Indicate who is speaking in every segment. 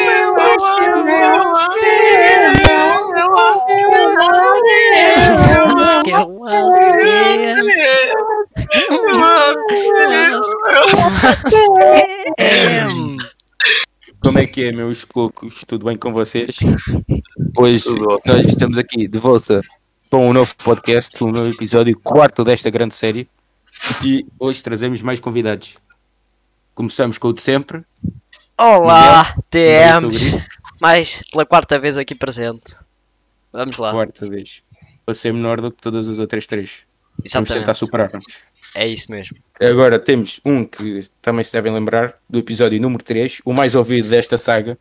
Speaker 1: acho que eu acho que eu acho que eu acho que eu
Speaker 2: Como é que é, meus cocos? Tudo bem com vocês? Hoje nós estamos aqui de volta para um novo podcast, um novo episódio quarto desta grande série. E hoje trazemos mais convidados. Começamos com o de sempre.
Speaker 1: Olá, TMs!
Speaker 2: Gabriel.
Speaker 1: Mais pela quarta vez aqui presente. Vamos
Speaker 3: Tá.
Speaker 1: lá.
Speaker 2: Quarta vez. Para ser menor do que todas as outras três. Vamos tentar
Speaker 1: Exatamente.
Speaker 2: superar-nos.
Speaker 1: É isso mesmo.
Speaker 2: Agora temos um que também se devem lembrar, do episódio número 3, o mais ouvido desta saga.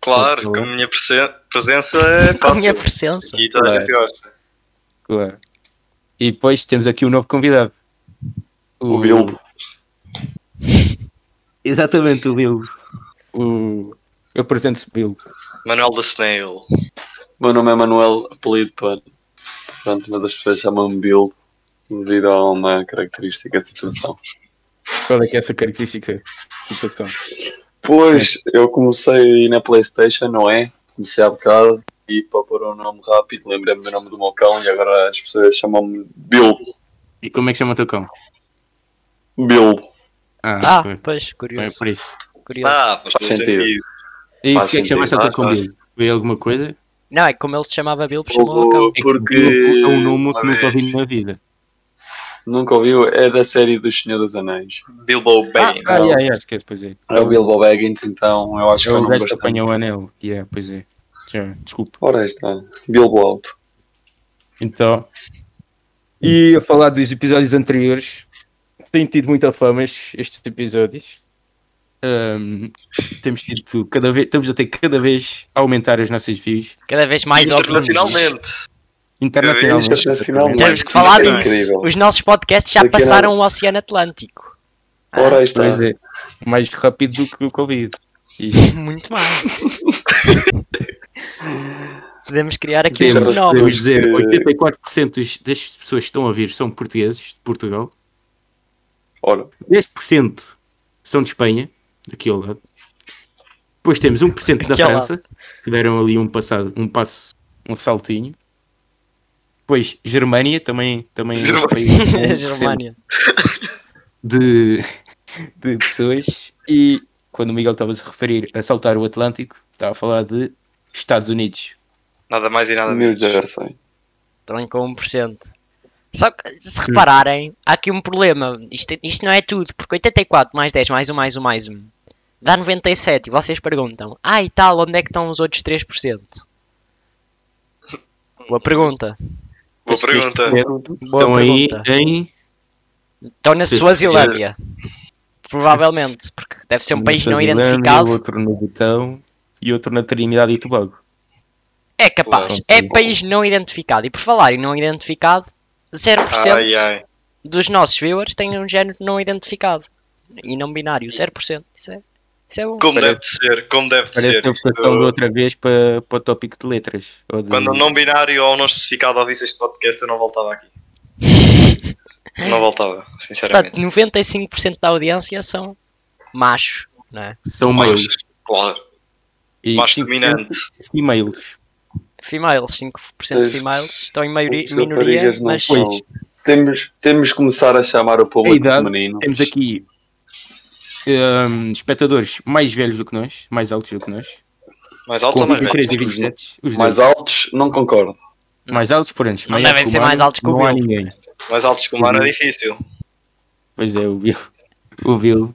Speaker 2: Por
Speaker 3: Claro,
Speaker 2: favor.
Speaker 3: que a minha presen- presença é
Speaker 1: Com a minha
Speaker 3: fácil.
Speaker 1: presença.
Speaker 3: E toda a gente gosta.
Speaker 2: Claro. E depois temos aqui um novo convidado. Uhum.
Speaker 4: O Bilbo.
Speaker 2: Exatamente, o Bilbo. O... Eu apresento-se Bilbo.
Speaker 3: Manuel da Snail.
Speaker 4: Meu nome é Manuel, apelido para. Pronto, mas as pessoas chamam-me Bill devido a uma característica situação.
Speaker 2: Qual é que é essa característica? Situação.
Speaker 4: Pois, eu comecei aí na Playstation, não é? Comecei há bocado e para pôr um nome rápido, lembrei-me do nome do meu cão e agora as pessoas chamam-me Bill.
Speaker 2: E como é que chama o teu cão?
Speaker 4: Bill.
Speaker 1: Ah,
Speaker 2: foi-
Speaker 1: pois,
Speaker 2: foi
Speaker 1: curioso.
Speaker 2: por isso.
Speaker 1: curioso.
Speaker 3: Ah, faz todo
Speaker 4: sentido.
Speaker 3: sentido.
Speaker 2: E
Speaker 4: Faz
Speaker 2: o que é que
Speaker 4: sentido,
Speaker 2: chamaste ao teu
Speaker 4: faz,
Speaker 2: cão
Speaker 4: faz.
Speaker 2: Bilbo? Foi alguma coisa?
Speaker 1: Não, é que como ele se chamava Bilbo, chamou o cão.
Speaker 4: Porque,
Speaker 2: É que Bilbo
Speaker 4: porque
Speaker 2: É um nome que
Speaker 4: uma
Speaker 2: nunca ouvi
Speaker 4: vez-
Speaker 2: na vida.
Speaker 4: Nunca ouviu? É da série dos Senhor dos Anéis.
Speaker 3: Bilbo Baggins.
Speaker 2: Ah, yeah, yeah, esquece, pois é.
Speaker 4: É o Bilbo Baggins, então eu acho que
Speaker 2: É
Speaker 4: eu
Speaker 2: o
Speaker 4: não
Speaker 2: gajo que
Speaker 4: gosto.
Speaker 2: apanha o anel. Yeah, pois é. Já, desculpa.
Speaker 4: Ora aí está. Bilbo Alto.
Speaker 2: Então. E a falar dos episódios anteriores, têm tido muita fama estes estes episódios. Ahm, temos tido cada vez, estamos a ter cada vez a aumentar as nossas views
Speaker 1: Cada vez mais ouvintes.
Speaker 3: Internacionalmente.
Speaker 2: internacionalmente.
Speaker 4: Internacionalmente.
Speaker 1: Temos que falar
Speaker 3: Incrível.
Speaker 1: disso. Os nossos podcasts já
Speaker 4: Daqui a
Speaker 1: passaram o Oceano Atlântico.
Speaker 4: Ora aí está.
Speaker 2: Pois é, mais rápido do que o Covid. E
Speaker 1: Muito mais. Podemos criar aqui um
Speaker 2: podemos,
Speaker 1: fenómeno.
Speaker 2: podemos dizer 84% dos- das pessoas que estão a vir são portugueses de Portugal,
Speaker 4: Ora.
Speaker 2: 10% são de Espanha, aqui ao lado. Depois temos 1% da
Speaker 1: Aqui ao
Speaker 2: França, que deram ali um passado, um passo, um saltinho. Depois Germânia, também, também é um país com 1%
Speaker 1: Germânia.
Speaker 2: de, de pessoas. E quando o Miguel estava a se referir a saltar o Atlântico, estava a falar de Estados Unidos.
Speaker 3: Nada mais e nada
Speaker 4: New
Speaker 3: menos.
Speaker 4: Jersey.
Speaker 1: Também com 1%. Só que,
Speaker 2: Hum.
Speaker 1: se repararem, há aqui um problema. Isto, isto não é tudo, porque 84 mais 10 mais um mais um mais um dá 97. E vocês perguntam, ah e tal, onde é que estão os outros 3%? Boa pergunta.
Speaker 3: Boa
Speaker 2: Esses
Speaker 3: pergunta.
Speaker 2: 3%
Speaker 1: Boa
Speaker 2: Estão Então aí
Speaker 1: pergunta.
Speaker 2: em.
Speaker 1: Estão na
Speaker 2: Vocês
Speaker 1: Suazilândia. Provavelmente, porque deve ser um
Speaker 2: na
Speaker 1: país não
Speaker 2: Suazilândia,
Speaker 1: identificado.
Speaker 2: Outro no Botão e outro na Trinidade e Tobago.
Speaker 1: É capaz.
Speaker 2: Claro.
Speaker 1: É país não identificado. E por falar em não identificado, 0%
Speaker 3: Ai, ai.
Speaker 1: dos nossos viewers têm um género não identificado. E não binário. 0%. Isso é, isso é bom.
Speaker 3: Como
Speaker 2: Parece-
Speaker 3: deve de ser, como deve de
Speaker 2: Parece
Speaker 3: ser.
Speaker 2: que a
Speaker 3: Isto-
Speaker 2: votação de outra vez para, para o tópico de letras. ou de-
Speaker 3: Quando o não binário ou o não especificado ouvisse este podcast, eu não voltava aqui. Não voltava,
Speaker 1: Portanto,
Speaker 3: sinceramente.
Speaker 1: 95% da audiência são machos. Não é?
Speaker 2: São mails.
Speaker 3: Claro,
Speaker 2: E
Speaker 3: mais
Speaker 2: 5%
Speaker 3: dominante.
Speaker 2: e-mails.
Speaker 1: Females. 5% de
Speaker 4: Pois.
Speaker 1: females. Estão em maioria,
Speaker 4: Pois,
Speaker 1: minoria,
Speaker 4: raparigas não
Speaker 1: mas
Speaker 4: são.
Speaker 2: Pois,
Speaker 4: Temos, temos que começar a chamar o
Speaker 2: A
Speaker 4: público
Speaker 2: idade,
Speaker 4: feminino.
Speaker 2: temos aqui hum, espectadores mais velhos do que nós, mais altos do que nós.
Speaker 3: Mais alto
Speaker 2: Com
Speaker 3: ou mais baixo?
Speaker 2: 23 e 27. Os
Speaker 4: Mais
Speaker 2: dois.
Speaker 4: altos, não concordo.
Speaker 2: mais altos, por antes.
Speaker 1: Não devem ser mais altos que o
Speaker 2: Não há
Speaker 1: Bilbo.
Speaker 2: ninguém.
Speaker 3: Mais altos que o humano é difícil.
Speaker 2: Pois é, o Bill. O Bill.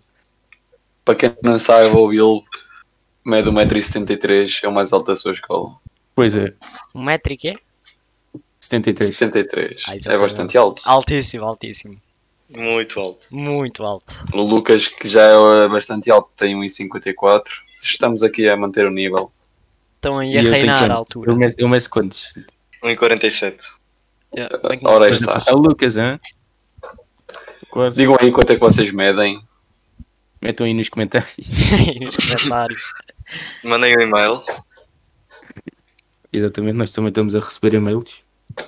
Speaker 4: Para quem não sabe, o Will mede 1,73m, é o mais alto da sua escola.
Speaker 2: Pois é,
Speaker 1: um metro e quê?
Speaker 2: 73.
Speaker 4: 73.
Speaker 1: Ah,
Speaker 4: é
Speaker 1: exatamente.
Speaker 4: bastante alto.
Speaker 1: Altíssimo, altíssimo.
Speaker 3: Muito alto.
Speaker 1: Muito alto.
Speaker 4: O Lucas, que já é bastante alto, tem 1,54m. Estamos aqui a manter o nível.
Speaker 1: Estão aí
Speaker 2: E
Speaker 1: a
Speaker 2: eu tenho
Speaker 1: reinar à
Speaker 2: quanto?
Speaker 1: altura.
Speaker 2: Eu meço, eu meço quantos?
Speaker 3: 1,47.
Speaker 4: Ora aí
Speaker 2: Pois
Speaker 4: está.
Speaker 2: é, o Lucas, hã? Quase.
Speaker 4: Digam aí quanto é que vocês medem.
Speaker 2: Metam aí nos comentários.
Speaker 1: Nos comentários.
Speaker 3: Mandei um e-mail.
Speaker 2: Exatamente, nós também estamos a receber e-mails.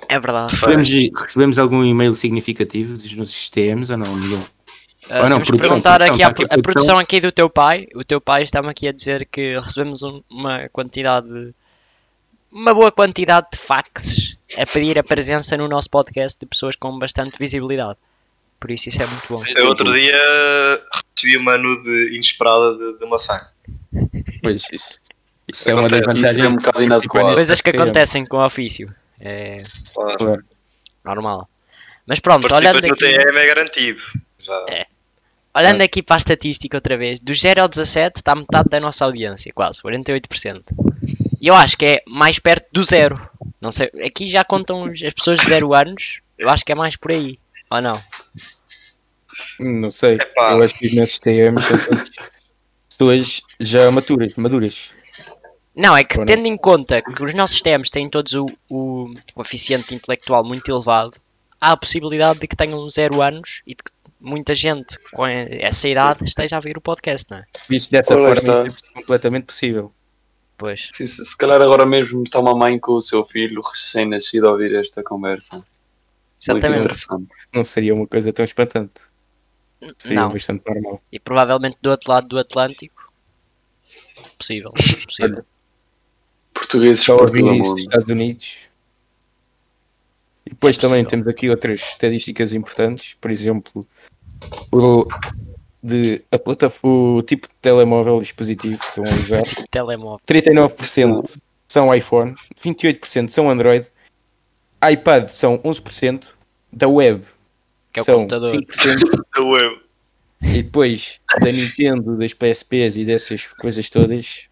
Speaker 1: É verdade.
Speaker 2: Recebemos, recebemos algum e-mail significativo dos nossos TMs ou não, Miguel?
Speaker 1: Ah,
Speaker 2: Ah, não,
Speaker 1: temos que
Speaker 2: produção,
Speaker 1: perguntar
Speaker 2: produção,
Speaker 1: aqui à
Speaker 2: tá
Speaker 1: pro-
Speaker 2: aqui a
Speaker 1: a produção
Speaker 2: produção.
Speaker 1: aqui do teu pai. O teu pai está-me aqui a dizer que recebemos um- uma quantidade, uma boa quantidade de faxes a pedir a presença no nosso podcast de pessoas com bastante visibilidade. Por isso isso é muito bom.
Speaker 3: Eu outro dia recebi uma nude inesperada de, de uma fã.
Speaker 2: Pois, isso, isso é uma das
Speaker 3: Acontece,
Speaker 4: isso é
Speaker 2: vantagens.
Speaker 4: um
Speaker 2: de
Speaker 4: bocado
Speaker 2: participar
Speaker 4: inadequado.
Speaker 2: neste
Speaker 1: Coisas que
Speaker 2: TM.
Speaker 1: acontecem com o ofício. É
Speaker 3: Claro.
Speaker 2: Claro.
Speaker 1: normal. Mas pronto, olhando
Speaker 3: Participas no
Speaker 1: aqui,
Speaker 3: TM é garantido. Já.
Speaker 1: É. olhando aqui para a estatística outra vez, do 0 ao 17 está metade da nossa audiência, quase, 48%. E eu acho que é mais perto do zero. Não sei, aqui já contam os- as pessoas de 0 anos, eu acho que é mais por aí. Ou não?
Speaker 2: Não sei.
Speaker 3: Epá.
Speaker 2: Eu acho que os nossos TMs são todos pessoas já maturas, maduras.
Speaker 1: Não, é que
Speaker 2: Ou não?
Speaker 1: tendo em conta que os nossos TMs têm todos o, o coeficiente intelectual muito elevado, há a possibilidade de que tenham 0 anos e de que muita gente com essa idade esteja a ver o podcast, não é?
Speaker 2: Visto dessa
Speaker 4: Ora
Speaker 2: forma,
Speaker 4: está.
Speaker 2: isto é completamente possível.
Speaker 1: Pois.
Speaker 4: Se, se se calhar agora mesmo está uma mãe com o seu filho recém-nascido a ouvir esta conversa. Muito
Speaker 1: Exatamente.
Speaker 4: interessante.
Speaker 2: Não seria uma coisa tão espantante. Seria
Speaker 1: Não.
Speaker 2: bastante normal.
Speaker 1: E provavelmente do outro lado do Atlântico. Possível. possível.
Speaker 4: Portugueses
Speaker 2: Só
Speaker 4: por todo o
Speaker 2: ouvir isso
Speaker 4: mundo.
Speaker 2: dos Estados Unidos. E depois também
Speaker 1: Possível.
Speaker 2: temos aqui outras estatísticas importantes, por exemplo, o, de, a plataf- o tipo de telemóvel dispositivo que estão a usar.
Speaker 1: Tipo de telemóvel.
Speaker 2: 39% são iPhone, 28% são Android, iPad são 11%, da web
Speaker 1: Que é o
Speaker 2: são
Speaker 1: computador.
Speaker 2: 5%,
Speaker 3: Eu, eu.
Speaker 2: e depois da Nintendo, das PSPs e dessas coisas todas,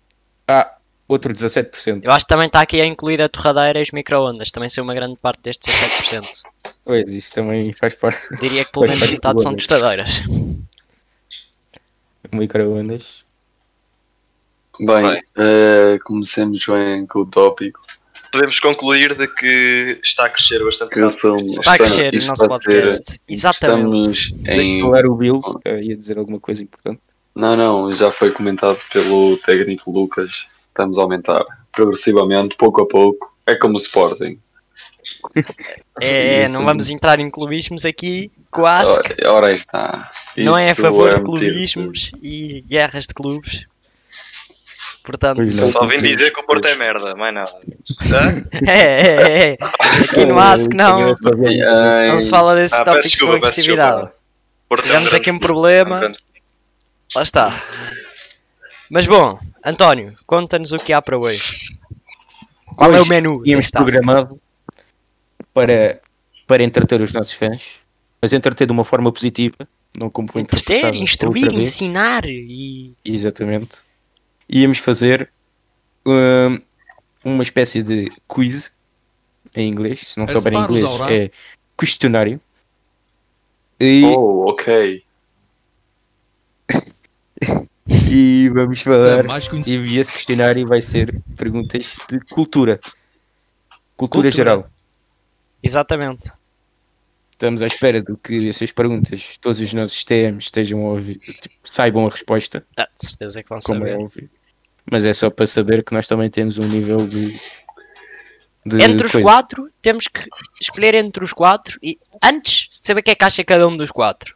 Speaker 2: há outro 17%.
Speaker 1: Eu acho que também está aqui a incluir a torradeira e os micro-ondas. Também são uma grande parte destes 17%.
Speaker 2: Pois, isso também faz parte
Speaker 1: Diria que pelo
Speaker 2: Pois,
Speaker 1: menos
Speaker 2: faz
Speaker 1: metade são
Speaker 2: tudo.
Speaker 1: tostadeiras.
Speaker 2: do um micro-ondas.
Speaker 4: Bem,
Speaker 3: Bem.
Speaker 4: eh, comecemos bem com o tópico.
Speaker 3: Podemos concluir de que está a crescer bastante.
Speaker 4: Que são,
Speaker 1: Está a crescer o nosso podcast. Exatamente.
Speaker 4: Estamos
Speaker 2: Deixa
Speaker 4: em...
Speaker 2: eu falar o Bill, eh, ia dizer alguma coisa importante.
Speaker 4: Não, não, já foi comentado pelo técnico Lucas. Estamos a aumentar progressivamente, pouco a pouco. É como o Sporting.
Speaker 1: É, é, não vamos entrar em clubismos aqui. Quase. que
Speaker 4: Ora, ora aí está.
Speaker 1: Não é a
Speaker 4: Isso
Speaker 1: favor de
Speaker 4: motivo
Speaker 1: clubismos e guerras de clubes. Portanto,
Speaker 2: Pois é. não.
Speaker 3: Só vim dizer que o Porto é merda, mais nada. Hã?
Speaker 1: é, é, é. Aqui no
Speaker 2: Eh,
Speaker 1: ASC não.
Speaker 4: Bem, eh,
Speaker 1: Não se fala desses
Speaker 3: Ah, peço
Speaker 1: tópicos com
Speaker 3: desculpa, peço
Speaker 1: agressividade.
Speaker 3: desculpa. Porto é um
Speaker 1: Tivemos
Speaker 3: grande
Speaker 1: aqui um
Speaker 3: clube, é um
Speaker 1: problema,
Speaker 3: grande
Speaker 1: lá está. Mas bom, António, conta-nos o que há para hoje. Qual é o
Speaker 2: Hoje
Speaker 1: menu?
Speaker 2: Tínhamos
Speaker 1: deste task?
Speaker 2: programado para, para entreter os nossos fãs, mas entreter de uma forma positiva, não como foi
Speaker 1: Entreter,
Speaker 2: interpretado
Speaker 1: instruir,
Speaker 2: outra vez.
Speaker 1: ensinar e.
Speaker 2: Exatamente. Íamos fazer hum, uma espécie de quiz em inglês. Se não
Speaker 5: As
Speaker 2: souber
Speaker 5: paros
Speaker 2: inglês,
Speaker 5: oral.
Speaker 2: é questionário. E,
Speaker 4: Oh, ok.
Speaker 2: e vamos
Speaker 5: É
Speaker 2: falar.
Speaker 5: mais conhecido.
Speaker 2: E esse questionário vai ser perguntas de cultura. Cultura
Speaker 5: Cultura.
Speaker 2: geral.
Speaker 1: Exatamente.
Speaker 2: Estamos à espera de que essas perguntas todos os nossos TMs estejam a ouvir, tipo, saibam a resposta.
Speaker 1: Ah, de certeza que vão
Speaker 2: como é
Speaker 1: saber.
Speaker 2: óbvio. Mas é só para saber que nós também temos um nível de. de
Speaker 1: Entre os
Speaker 2: coisa.
Speaker 1: quatro, temos que escolher entre os quatro e antes de saber o que é que acha cada um dos quatro.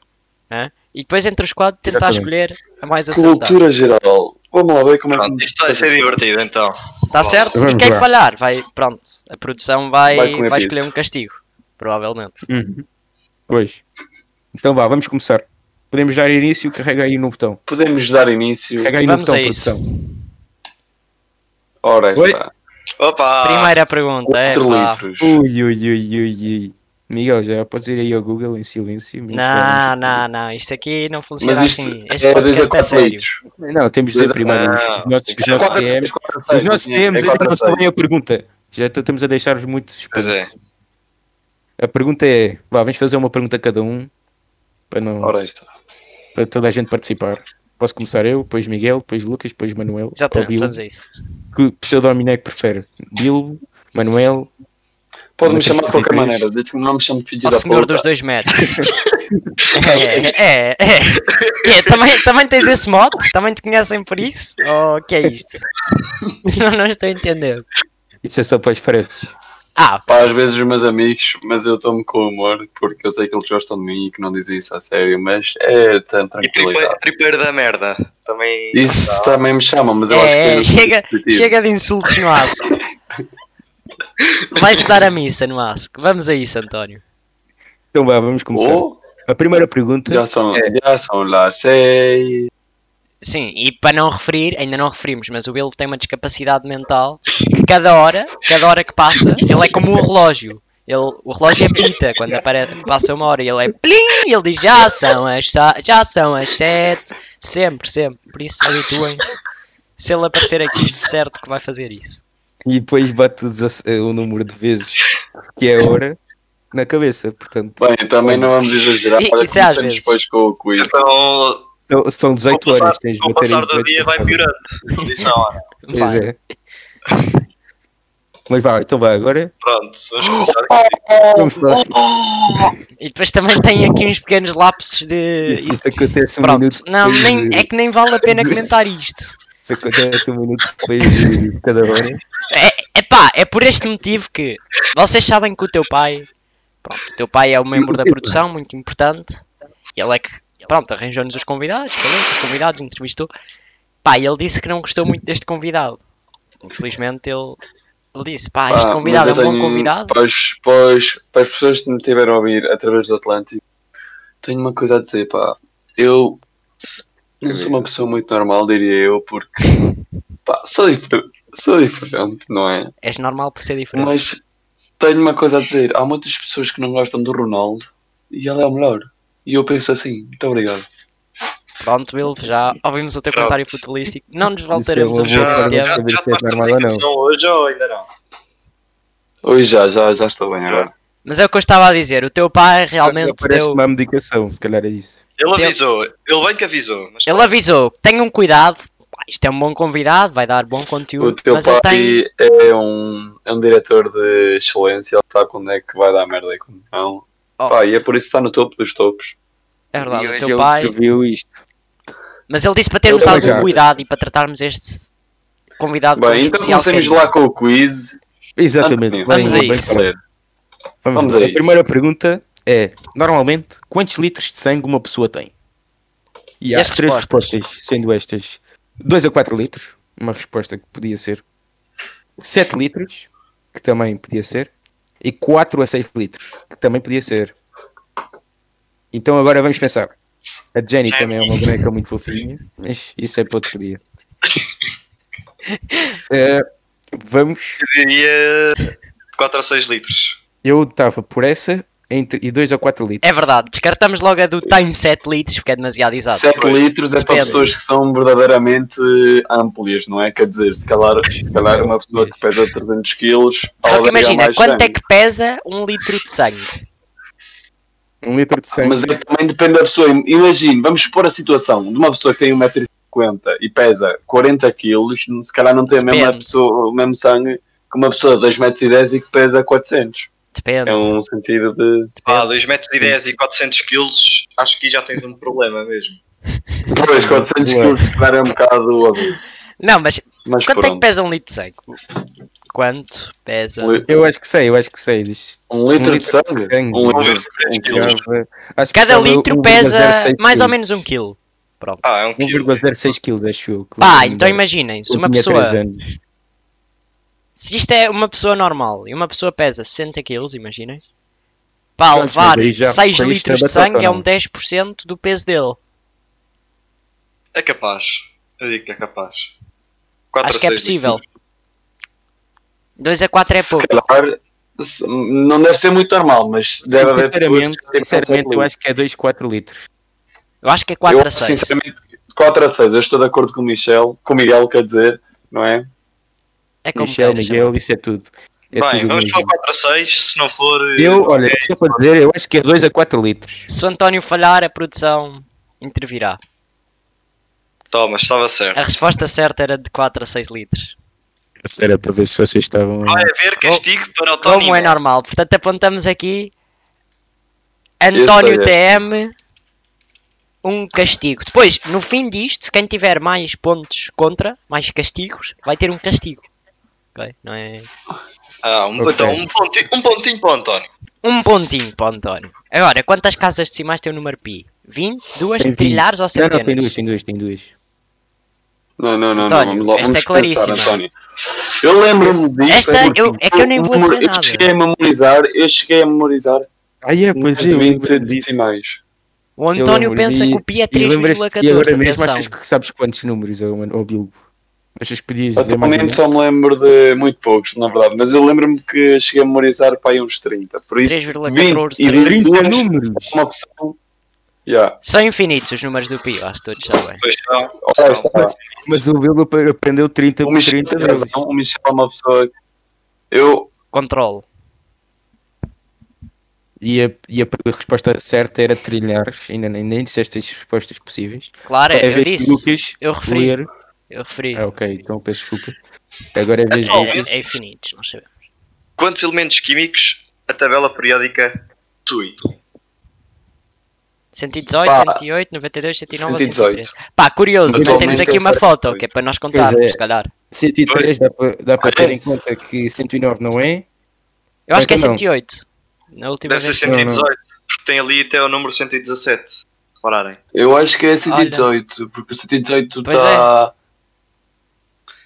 Speaker 1: né? E depois entre os quatro tentar
Speaker 2: Exatamente.
Speaker 1: escolher a mais acertada.
Speaker 4: Cultura geral. Vamos lá ver como é
Speaker 3: Pronto,
Speaker 4: que
Speaker 3: isto vai ser divertido então.
Speaker 1: Está Tá certo?
Speaker 2: Vamos
Speaker 1: e quem
Speaker 2: lá.
Speaker 1: falhar vai. Pronto, a produção vai,
Speaker 4: Vai comer
Speaker 1: vai
Speaker 4: pizza.
Speaker 1: escolher um castigo. Provavelmente.
Speaker 2: Uhum. Pois. Então vá, vamos começar. Podemos dar início, carrega aí no botão.
Speaker 4: podemos dar início.
Speaker 2: Carrega aí
Speaker 1: Vamos
Speaker 2: no
Speaker 1: a
Speaker 2: botão,
Speaker 1: isso.
Speaker 2: produção.
Speaker 4: Ora
Speaker 2: Oi.
Speaker 4: está.
Speaker 3: Opa!
Speaker 1: Primeira pergunta, é
Speaker 4: 4
Speaker 1: pá.
Speaker 4: litros.
Speaker 2: Ui, ui, ui, ui, ui. Miguel, já podes ir aí ao Google em silêncio. mas
Speaker 1: Não, não, não, isto aqui não funciona
Speaker 4: Mas isto
Speaker 1: assim. Este
Speaker 4: é desde a
Speaker 1: podcast é
Speaker 4: 4
Speaker 1: sério.
Speaker 4: litros.
Speaker 2: não. Não, temos de dizer
Speaker 4: Não.
Speaker 2: primeiro os os nossos, os
Speaker 4: Isto é
Speaker 2: nossos
Speaker 4: 4
Speaker 2: TMs.
Speaker 4: a
Speaker 2: Os
Speaker 4: 6.
Speaker 2: nossos TMs ainda não
Speaker 4: é 4 a 6.
Speaker 2: sabem a pergunta. Já estamos a deixar-os muito
Speaker 3: Pois é.
Speaker 2: suspensos. A pergunta é: vá, vamos fazer uma pergunta a cada um. Para não.
Speaker 4: Ora aí está.
Speaker 2: para toda a gente participar. Posso começar eu, depois Miguel, depois Lucas, depois Manuel. ou
Speaker 1: Exatamente,
Speaker 2: Bilbo.
Speaker 1: vamos a isso.
Speaker 2: Que pseudónimo é que prefere? Bilbo, Manuel,
Speaker 4: Pode-me
Speaker 2: Mas
Speaker 4: chamar de
Speaker 2: tens que
Speaker 4: qualquer
Speaker 2: ter
Speaker 4: maneira, desde que não me chame de filho
Speaker 1: Ó
Speaker 4: da
Speaker 1: senhor
Speaker 4: puta.
Speaker 1: dos dois metros. é, é, é. É, também, também tens esse mote? Também te conhecem por isso? Ou o que é isto? Não, não estou a entender.
Speaker 2: isso é só para os fretes.
Speaker 1: Ah,
Speaker 4: Pá, às vezes os meus amigos, mas eu tomo com humor, porque eu sei que eles gostam de mim e que não dizem isso a sério, mas é tan-
Speaker 3: E tipo, tripe-
Speaker 4: tranquilidade.
Speaker 3: tripeiro da merda. Também.
Speaker 4: Isso também me chama, mas eu acho que
Speaker 1: é, é,
Speaker 4: no
Speaker 1: chega,
Speaker 4: sentido
Speaker 1: chega de insultos no ASC. Vai-se dar a missa no ASC. Vamos a isso, António.
Speaker 2: Então vá, vamos começar.
Speaker 4: Ou
Speaker 2: A primeira pergunta.
Speaker 4: Oh. já são,
Speaker 2: É.
Speaker 4: já são lá sei.
Speaker 1: Sim, e para não referir, ainda não referimos, mas o Will tem uma discapacidade mental que cada hora, cada hora que passa, ele é como um relógio. Ele, o relógio apita quando apare- passa uma hora e ele é plim, e ele diz já são as sa- já são as sete, sempre, sempre. Por isso habituem-se. Se ele aparecer aqui, de certo que vai fazer isso.
Speaker 2: E depois bate o dezac- o número de vezes que é a hora na cabeça. Portanto,
Speaker 4: Bem, também não vamos exagerar.
Speaker 1: I-
Speaker 4: Olha,
Speaker 1: isso é às
Speaker 4: começamos
Speaker 1: vezes.
Speaker 4: depois com o quiz.
Speaker 3: Então,
Speaker 2: são- são 18
Speaker 3: com o passar,
Speaker 2: horas. Tens de
Speaker 3: com o
Speaker 2: bater em
Speaker 3: passar do
Speaker 2: 18
Speaker 3: dia vai
Speaker 2: horas.
Speaker 3: piorando. Isso não, olha.
Speaker 2: Pois
Speaker 1: Vai.
Speaker 2: é. Mas vá, então vá, agora
Speaker 3: Pronto, vamos começar. Oh,
Speaker 2: vamos falar.
Speaker 1: E depois também tem aqui uns pequenos lapsos de.
Speaker 2: Isso, isso acontece um
Speaker 1: Pronto,
Speaker 2: minuto.
Speaker 1: não,
Speaker 2: depois
Speaker 1: nem,
Speaker 2: de-
Speaker 1: é que nem vale a pena comentar isto.
Speaker 2: Isso acontece um minuto depois de cada hora.
Speaker 1: É pá, é por este motivo que vocês sabem que o teu pai, pronto, o teu pai é um membro da produção, muito importante. Ele é que, pronto, arranjou-nos os convidados, falou com os convidados, entrevistou. Pá, e ele disse que não gostou muito deste convidado. Infelizmente ele, ele disse, pá, este
Speaker 4: Ah,
Speaker 1: convidado é um
Speaker 4: mas eu
Speaker 1: bom
Speaker 4: tenho-
Speaker 1: convidado.
Speaker 4: Para, os- para os- para as pessoas que me tiveram a ouvir através do Atlântico, tenho uma coisa a dizer, pá. Eu não sou uma pessoa muito normal, diria eu, porque pá, sou, difer- sou diferente, não é?
Speaker 1: És normal por ser diferente.
Speaker 4: Mas tenho uma coisa a dizer. Há muitas pessoas que não gostam do Ronaldo e ele é o melhor. E eu penso assim, muito obrigado.
Speaker 1: Pronto, Will, já ouvimos o teu
Speaker 3: Pronto.
Speaker 1: comentário futebolístico. Não nos voltaremos
Speaker 2: Isso é
Speaker 1: a
Speaker 2: uma
Speaker 1: falar
Speaker 2: boa
Speaker 1: desse tema.
Speaker 2: pergunta. saber
Speaker 3: já
Speaker 2: se é
Speaker 3: estás na
Speaker 2: normal ou não.
Speaker 3: aplicação hoje ou ainda não?
Speaker 4: Oi, já, já, já estou bem agora.
Speaker 1: Mas é o que eu estava a dizer, o teu pai realmente
Speaker 2: Parece
Speaker 1: deu.
Speaker 2: uma medicação, se calhar é isso.
Speaker 3: Ele
Speaker 1: Tem-
Speaker 3: avisou, ele bem que avisou. Mas
Speaker 1: Ele avisou, tenham um cuidado, pá, isto é um bom convidado, vai dar bom
Speaker 4: O
Speaker 1: conteúdo,
Speaker 4: teu
Speaker 1: mas
Speaker 4: pai
Speaker 1: ele tem...
Speaker 4: é, um, é um diretor de excelência, ele sabe quando é que vai dar merda e quando não.
Speaker 1: Oh,
Speaker 4: Pá, e é por isso que está no topo dos topos.
Speaker 1: é verdade,
Speaker 2: E
Speaker 1: o
Speaker 2: hoje
Speaker 1: teu
Speaker 2: ele
Speaker 1: pai...
Speaker 2: previu isto.
Speaker 1: Mas ele disse para termos
Speaker 4: Ele é
Speaker 1: algum
Speaker 2: já-
Speaker 1: cuidado e para tratarmos este convidado tão
Speaker 4: Bem, então
Speaker 1: Ah, especial que
Speaker 4: comecemos
Speaker 1: é.
Speaker 4: lá com o quiz.
Speaker 2: Exatamente.
Speaker 4: António,
Speaker 2: bem,
Speaker 1: Vamos a
Speaker 2: bem
Speaker 1: isso.
Speaker 2: falado.
Speaker 4: Ler.
Speaker 2: Vamos,
Speaker 4: Vamos
Speaker 2: lá.
Speaker 4: a
Speaker 2: a
Speaker 4: isso.
Speaker 2: primeira pergunta é: normalmente, quantos litros de sangue uma pessoa tem? E há
Speaker 1: as
Speaker 2: três
Speaker 1: respostas?
Speaker 2: respostas, sendo estas 2 a 4 litros, uma resposta que podia ser 7 litros, que também podia ser, e 4 a 6 litros, que também podia ser. Então agora vamos pensar. A Jenny também é uma boneca muito fofinha, mas isso é para outro dia. Eh, vamos
Speaker 3: eu diria 4 ou 6 litros.
Speaker 2: Eu estava por essa entre e 2 a 4 litros.
Speaker 1: É verdade, descartamos logo a do tem 7 litros, porque é demasiado exato.
Speaker 4: 7 litros é para
Speaker 1: Depende.
Speaker 4: pessoas que são verdadeiramente amplias, não é? Quer dizer, se calar, se calhar uma pessoa que pesa 300 quilos...
Speaker 1: Só
Speaker 4: ela
Speaker 1: que
Speaker 4: daria
Speaker 1: imagina,
Speaker 4: mais
Speaker 1: quanto é
Speaker 4: sangue.
Speaker 1: que pesa um litro de sangue?
Speaker 2: Um litro de sangue.
Speaker 4: Mas é, que também depende da pessoa. Imagina, vamos supor a situação de uma pessoa que tem 1,50m e pesa 40 quilos, se calhar não tem a mesma
Speaker 1: Depende.
Speaker 4: pessoa, o mesmo sangue que uma pessoa de 2,10m e que pesa 400.
Speaker 1: Depende.
Speaker 4: É um sentido de...
Speaker 3: Pá, 2 metros e 10 e 400 quilos, acho que já tens um problema mesmo.
Speaker 4: Pois, 400
Speaker 2: Ué.
Speaker 4: quilos se calhar é um bocado abuso.
Speaker 1: Não, mas
Speaker 4: Mas
Speaker 1: quanto é que
Speaker 4: pronto,
Speaker 1: pesa um litro de sangue? Quanto pesa?
Speaker 4: um li-
Speaker 2: é Eu acho que sei, eu acho que sei. Diz.
Speaker 4: um litro de sangue? Um
Speaker 3: Vamos
Speaker 4: litro
Speaker 3: ver
Speaker 4: de
Speaker 3: se 3 quilos.
Speaker 2: Ficava- acho que um
Speaker 1: Cada
Speaker 2: ficava
Speaker 1: litro
Speaker 2: 1,06
Speaker 1: pesa mais ou
Speaker 2: quilos.
Speaker 1: menos um quilo.
Speaker 3: Ah, é um quilo.
Speaker 2: 1,06 quilos, acho eu. que
Speaker 1: Pá,
Speaker 2: lembro-me
Speaker 1: então
Speaker 2: bem.
Speaker 1: imaginem, se
Speaker 2: Eu
Speaker 1: uma
Speaker 2: tinha
Speaker 1: pessoa.
Speaker 2: três anos.
Speaker 1: Se isto é uma pessoa normal e uma pessoa pesa 60 kg, imaginem. Pá,
Speaker 2: Pronto,
Speaker 1: levar
Speaker 2: mas aí já
Speaker 1: 6
Speaker 2: foi isto
Speaker 1: litros
Speaker 2: na
Speaker 1: de sangue é
Speaker 2: batata,
Speaker 1: um 10% do peso dele.
Speaker 3: É capaz. Eu digo que é capaz. 4
Speaker 1: Acho que é possível. 2 a 4 é pouco.
Speaker 4: Se calhar, se- não deve ser muito normal, mas deve haver
Speaker 2: Sinceramente,
Speaker 4: pessoas que-
Speaker 2: sinceramente, eu acho que é 2, 4 litros.
Speaker 1: Eu acho que é 4
Speaker 4: Eu,
Speaker 1: a 6.
Speaker 4: Sinceramente, 4 a 6, eu estou de acordo com o Michel, com o Miguel, quer dizer, não é?
Speaker 1: É como
Speaker 2: Michel,
Speaker 1: queiras
Speaker 2: Miguel, isso é tudo. É
Speaker 3: Bem,
Speaker 2: tudo
Speaker 3: vamos
Speaker 2: mesmo.
Speaker 3: para 4 a 6, se não for. eh,
Speaker 2: Eu, olha, só para dizer, eu acho que é 2 a 4 litros.
Speaker 1: chamar. Se o António falhar, a produção intervirá.
Speaker 3: Toma, estava certo.
Speaker 1: A resposta certa era de 4 a 6 litros.
Speaker 2: Era para ver se vocês estavam.
Speaker 3: Vai haver castigo para o Tony.
Speaker 1: Como é normal. Portanto, apontamos aqui António
Speaker 4: Esse
Speaker 1: TM. Um castigo. Depois, no fim disto, quem tiver mais pontos contra, mais castigos, vai ter um castigo. Ok? Não é.
Speaker 3: Ah, um,
Speaker 2: Ok.
Speaker 3: Então, um pontinho, um pontinho para o António.
Speaker 1: Um pontinho para o António. Agora, quantas casas decimais tem o número pi? 20, 2,
Speaker 2: Tem vinte.
Speaker 1: trilhares ou
Speaker 2: Não, não, tem duas,
Speaker 1: centenas?
Speaker 2: tem duas, tem duas.
Speaker 4: Não, não, não,
Speaker 1: António,
Speaker 4: não. Vamos lá,
Speaker 1: esta
Speaker 4: vamos
Speaker 1: é claríssima.
Speaker 4: pensar, António. Eu lembro-me disso.
Speaker 1: Esta, eu- é que eu nem vou dizer nada.
Speaker 4: Eu cheguei a memorizar, eu cheguei a memorizar
Speaker 2: Ah, é,
Speaker 4: mais
Speaker 2: pois
Speaker 4: de
Speaker 2: é.
Speaker 4: 20 decimais.
Speaker 1: O António pensa que o pi é
Speaker 2: E lembras-te- E agora
Speaker 1: 3,14.
Speaker 2: mesmo
Speaker 1: Atenção.
Speaker 2: achas que sabes quantos números, ó, mano, ó, Bilbo? Achas que podias dizer é, mais números?
Speaker 4: Atualmente só me lembro de muito poucos, na verdade, mas eu lembro-me que cheguei a memorizar para aí uns 30. Por isso,
Speaker 1: 3,14.
Speaker 4: e
Speaker 1: 13.
Speaker 4: 30.
Speaker 2: números?
Speaker 4: uma opção. Yeah.
Speaker 1: São infinitos os números do pi, eu acho que todos sabem.
Speaker 3: Pois não.
Speaker 4: Ora, está.
Speaker 2: Mas o Bilbo ap- aprendeu 30
Speaker 4: O
Speaker 2: por
Speaker 4: Michel
Speaker 2: 30
Speaker 4: tem
Speaker 2: vezes.
Speaker 4: razão, o Michel é uma pessoa. Eu.
Speaker 1: Controlo.
Speaker 2: E a, e a resposta certa era trilhares, ainda nem, nem disseste as respostas possíveis.
Speaker 1: Claro,
Speaker 2: Agora é
Speaker 1: eu
Speaker 2: vez de
Speaker 1: disse.
Speaker 2: Lucas
Speaker 1: Eu referi.
Speaker 2: ler.
Speaker 1: Eu referi.
Speaker 2: Ah, ok, então peço desculpa. Agora é vez de
Speaker 3: Atualmente-
Speaker 2: Lucas.
Speaker 1: É, é infinitos, não sabemos.
Speaker 3: Quantos elementos químicos a tabela periódica possui?
Speaker 1: 118,
Speaker 4: Pá.
Speaker 1: 108, 92, 109,
Speaker 4: 118.
Speaker 1: 113. Pá, curioso, não
Speaker 4: Atualmente
Speaker 1: temos
Speaker 4: é
Speaker 1: aqui uma
Speaker 4: certo.
Speaker 1: foto, que é para nós contarmos,
Speaker 2: Pois é.
Speaker 1: se calhar.
Speaker 2: 103 dá para dá para ter em conta que 109 não é.
Speaker 1: Eu acho que é
Speaker 2: Então não.
Speaker 1: 108. Na última
Speaker 3: Deve ser
Speaker 1: vez.
Speaker 2: Não, não.
Speaker 3: 118, porque tem ali até o número 117. Repararem.
Speaker 4: Eu acho que é 118, porque o 118
Speaker 1: Pois é.
Speaker 4: está.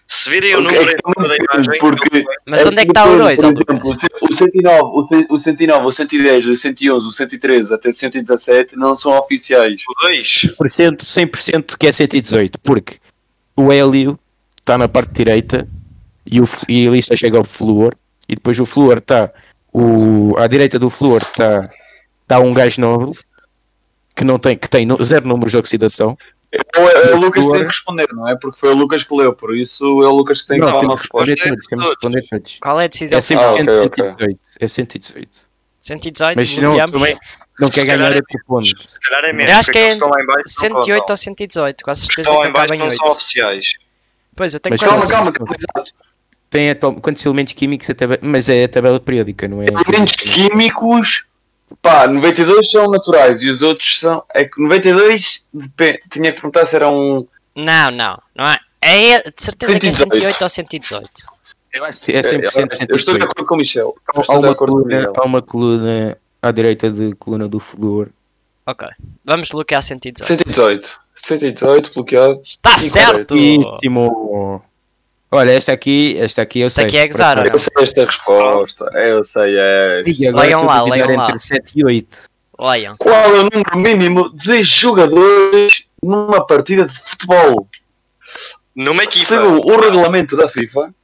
Speaker 3: Se virem o
Speaker 4: Ok,
Speaker 3: número em
Speaker 4: então,
Speaker 3: cima da imagem,
Speaker 4: porque-
Speaker 1: Mas onde é que está o
Speaker 4: porque,
Speaker 1: 2,
Speaker 4: por exemplo, O 109, o cen- o 109, o 110, o 111, o 113 até o 117 não são oficiais.
Speaker 3: o 2
Speaker 2: 100%, 100% que é 118, porque o hélio está na parte direita e, o, f- e a lista chega ao flúor, e depois o flúor está. o- À direita do flúor está tá um gás nobre que, não tem, que tem no- zero números de oxidação.
Speaker 4: Ou é, é o Lucas que tem
Speaker 2: Agora-
Speaker 4: que responder, não é? Porque foi o Lucas que leu, por isso é o Lucas que tem que dar uma
Speaker 2: temos que
Speaker 4: resposta.
Speaker 2: responder todos, temos que responder todos.
Speaker 1: Qual é a
Speaker 2: É
Speaker 1: decisão?
Speaker 2: 100%
Speaker 4: Ah, ok, ok.
Speaker 2: 118. É 118.
Speaker 1: 118,
Speaker 2: Mas se não,
Speaker 1: bloqueamos.
Speaker 2: também não quer
Speaker 3: Se calhar
Speaker 2: ganhar
Speaker 3: é-
Speaker 2: outro ponto.
Speaker 3: se calhar é menos.
Speaker 1: Eu acho
Speaker 3: porque
Speaker 1: que é
Speaker 3: aqueles que estão lá em baixo não
Speaker 1: 108
Speaker 3: contam.
Speaker 1: ou 118, quase
Speaker 3: Os que
Speaker 1: certeza
Speaker 3: estão lá
Speaker 1: que
Speaker 3: em baixo
Speaker 1: acaba em
Speaker 3: não
Speaker 1: 8.
Speaker 3: são oficiais.
Speaker 1: Pois, eu tenho
Speaker 2: Mas
Speaker 1: quase
Speaker 4: Calma,
Speaker 2: Pois é.
Speaker 4: calma, calma.
Speaker 2: Tem atual- quantos elementos químicos a tabela. Mas é a tabela periódica, não é?
Speaker 4: Elementos químicos, pá, 92 são naturais e os outros são. É que 92 depende. Tinha que perguntar se era um.
Speaker 1: Não, não, não é. É de certeza que é
Speaker 4: 118.
Speaker 1: 108 ou 118.
Speaker 2: Eu acho que é
Speaker 4: Eu estou de
Speaker 2: 100%
Speaker 4: acordo com o Michel. Eu
Speaker 2: há
Speaker 4: estou de
Speaker 2: uma,
Speaker 4: acordo com o
Speaker 2: coluna,
Speaker 4: Michel.
Speaker 2: há uma coluna à direita da coluna do flúor.
Speaker 1: Ok, vamos bloquear 118.
Speaker 4: 118. 118 bloqueado.
Speaker 1: Está
Speaker 4: Sim,
Speaker 1: certo!
Speaker 2: Íntimo. Olha, esta aqui, esta aqui eu
Speaker 1: Esta
Speaker 2: sei.
Speaker 1: aqui é gozar,
Speaker 2: Para-
Speaker 1: olha.
Speaker 4: Eu sei esta resposta. Eu sei é.
Speaker 2: E agora
Speaker 1: Leiam
Speaker 2: estou a
Speaker 1: lá,
Speaker 2: dividir
Speaker 1: leiam lá.
Speaker 2: entre 7 e 8.
Speaker 1: Leiam.
Speaker 4: Qual é o número mínimo de jogadores numa partida de futebol?
Speaker 3: Numa equipa.
Speaker 4: Segundo o regulamento da FIFA,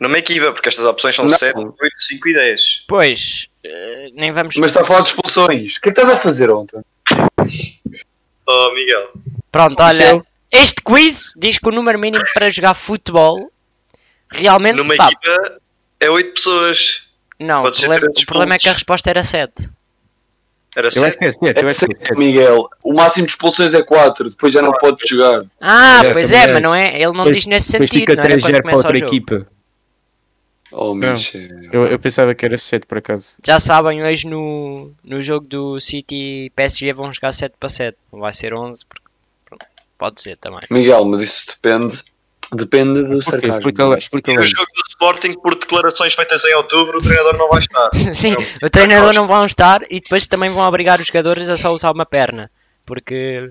Speaker 3: Numa equipa, porque estas opções são
Speaker 4: Não.
Speaker 3: 7, 8, 5 e 10.
Speaker 1: Pois, eh, nem vamos.
Speaker 4: mas está a falar de expulsões. O que é que estás a fazer ontem?
Speaker 3: Oh, Miguel.
Speaker 1: Pronto, olha.
Speaker 2: Michel?
Speaker 1: Este quiz diz que o número mínimo para jogar futebol realmente.
Speaker 3: Numa
Speaker 1: pá,
Speaker 3: equipa é 8 pessoas.
Speaker 1: não, o
Speaker 3: pode ser
Speaker 1: problema,
Speaker 3: três
Speaker 1: o problema é que a
Speaker 3: pontos.
Speaker 1: resposta era 7.
Speaker 3: Era
Speaker 2: Eu
Speaker 3: 7.
Speaker 2: acho que é 7, eu
Speaker 4: É
Speaker 2: acho que é
Speaker 4: sempre,
Speaker 2: 7.
Speaker 4: Miguel. O máximo de expulsões é 4, depois já não podes jogar.
Speaker 1: Ah,
Speaker 2: É,
Speaker 1: pois
Speaker 2: também
Speaker 1: é,
Speaker 2: acho.
Speaker 1: mas não é? Ele não
Speaker 2: Depois-
Speaker 1: diz nesse
Speaker 2: Depois
Speaker 1: sentido,
Speaker 2: fica
Speaker 1: não era quando
Speaker 2: 3-0 para
Speaker 1: começa o
Speaker 2: outra
Speaker 1: jogo.
Speaker 2: equipa.
Speaker 4: Oh, Michel.
Speaker 2: Eu, eu pensava que era 7 por acaso.
Speaker 1: Já sabem, hoje no, no jogo do City e PSG vão jogar 7 para 7. Não vai ser 11, porque pronto, pode ser também.
Speaker 4: Miguel, mas isso depende. Depende do
Speaker 2: Porquê?
Speaker 4: sarcasmo.
Speaker 2: Explica lá. Explica
Speaker 3: E
Speaker 2: lá.
Speaker 3: no jogo do Sporting, por declarações feitas em outubro, o treinador não vai estar.
Speaker 1: Sim,
Speaker 3: Eu-
Speaker 1: o treinador não vão estar e depois também vão obrigar os jogadores a só usar uma perna. Porque,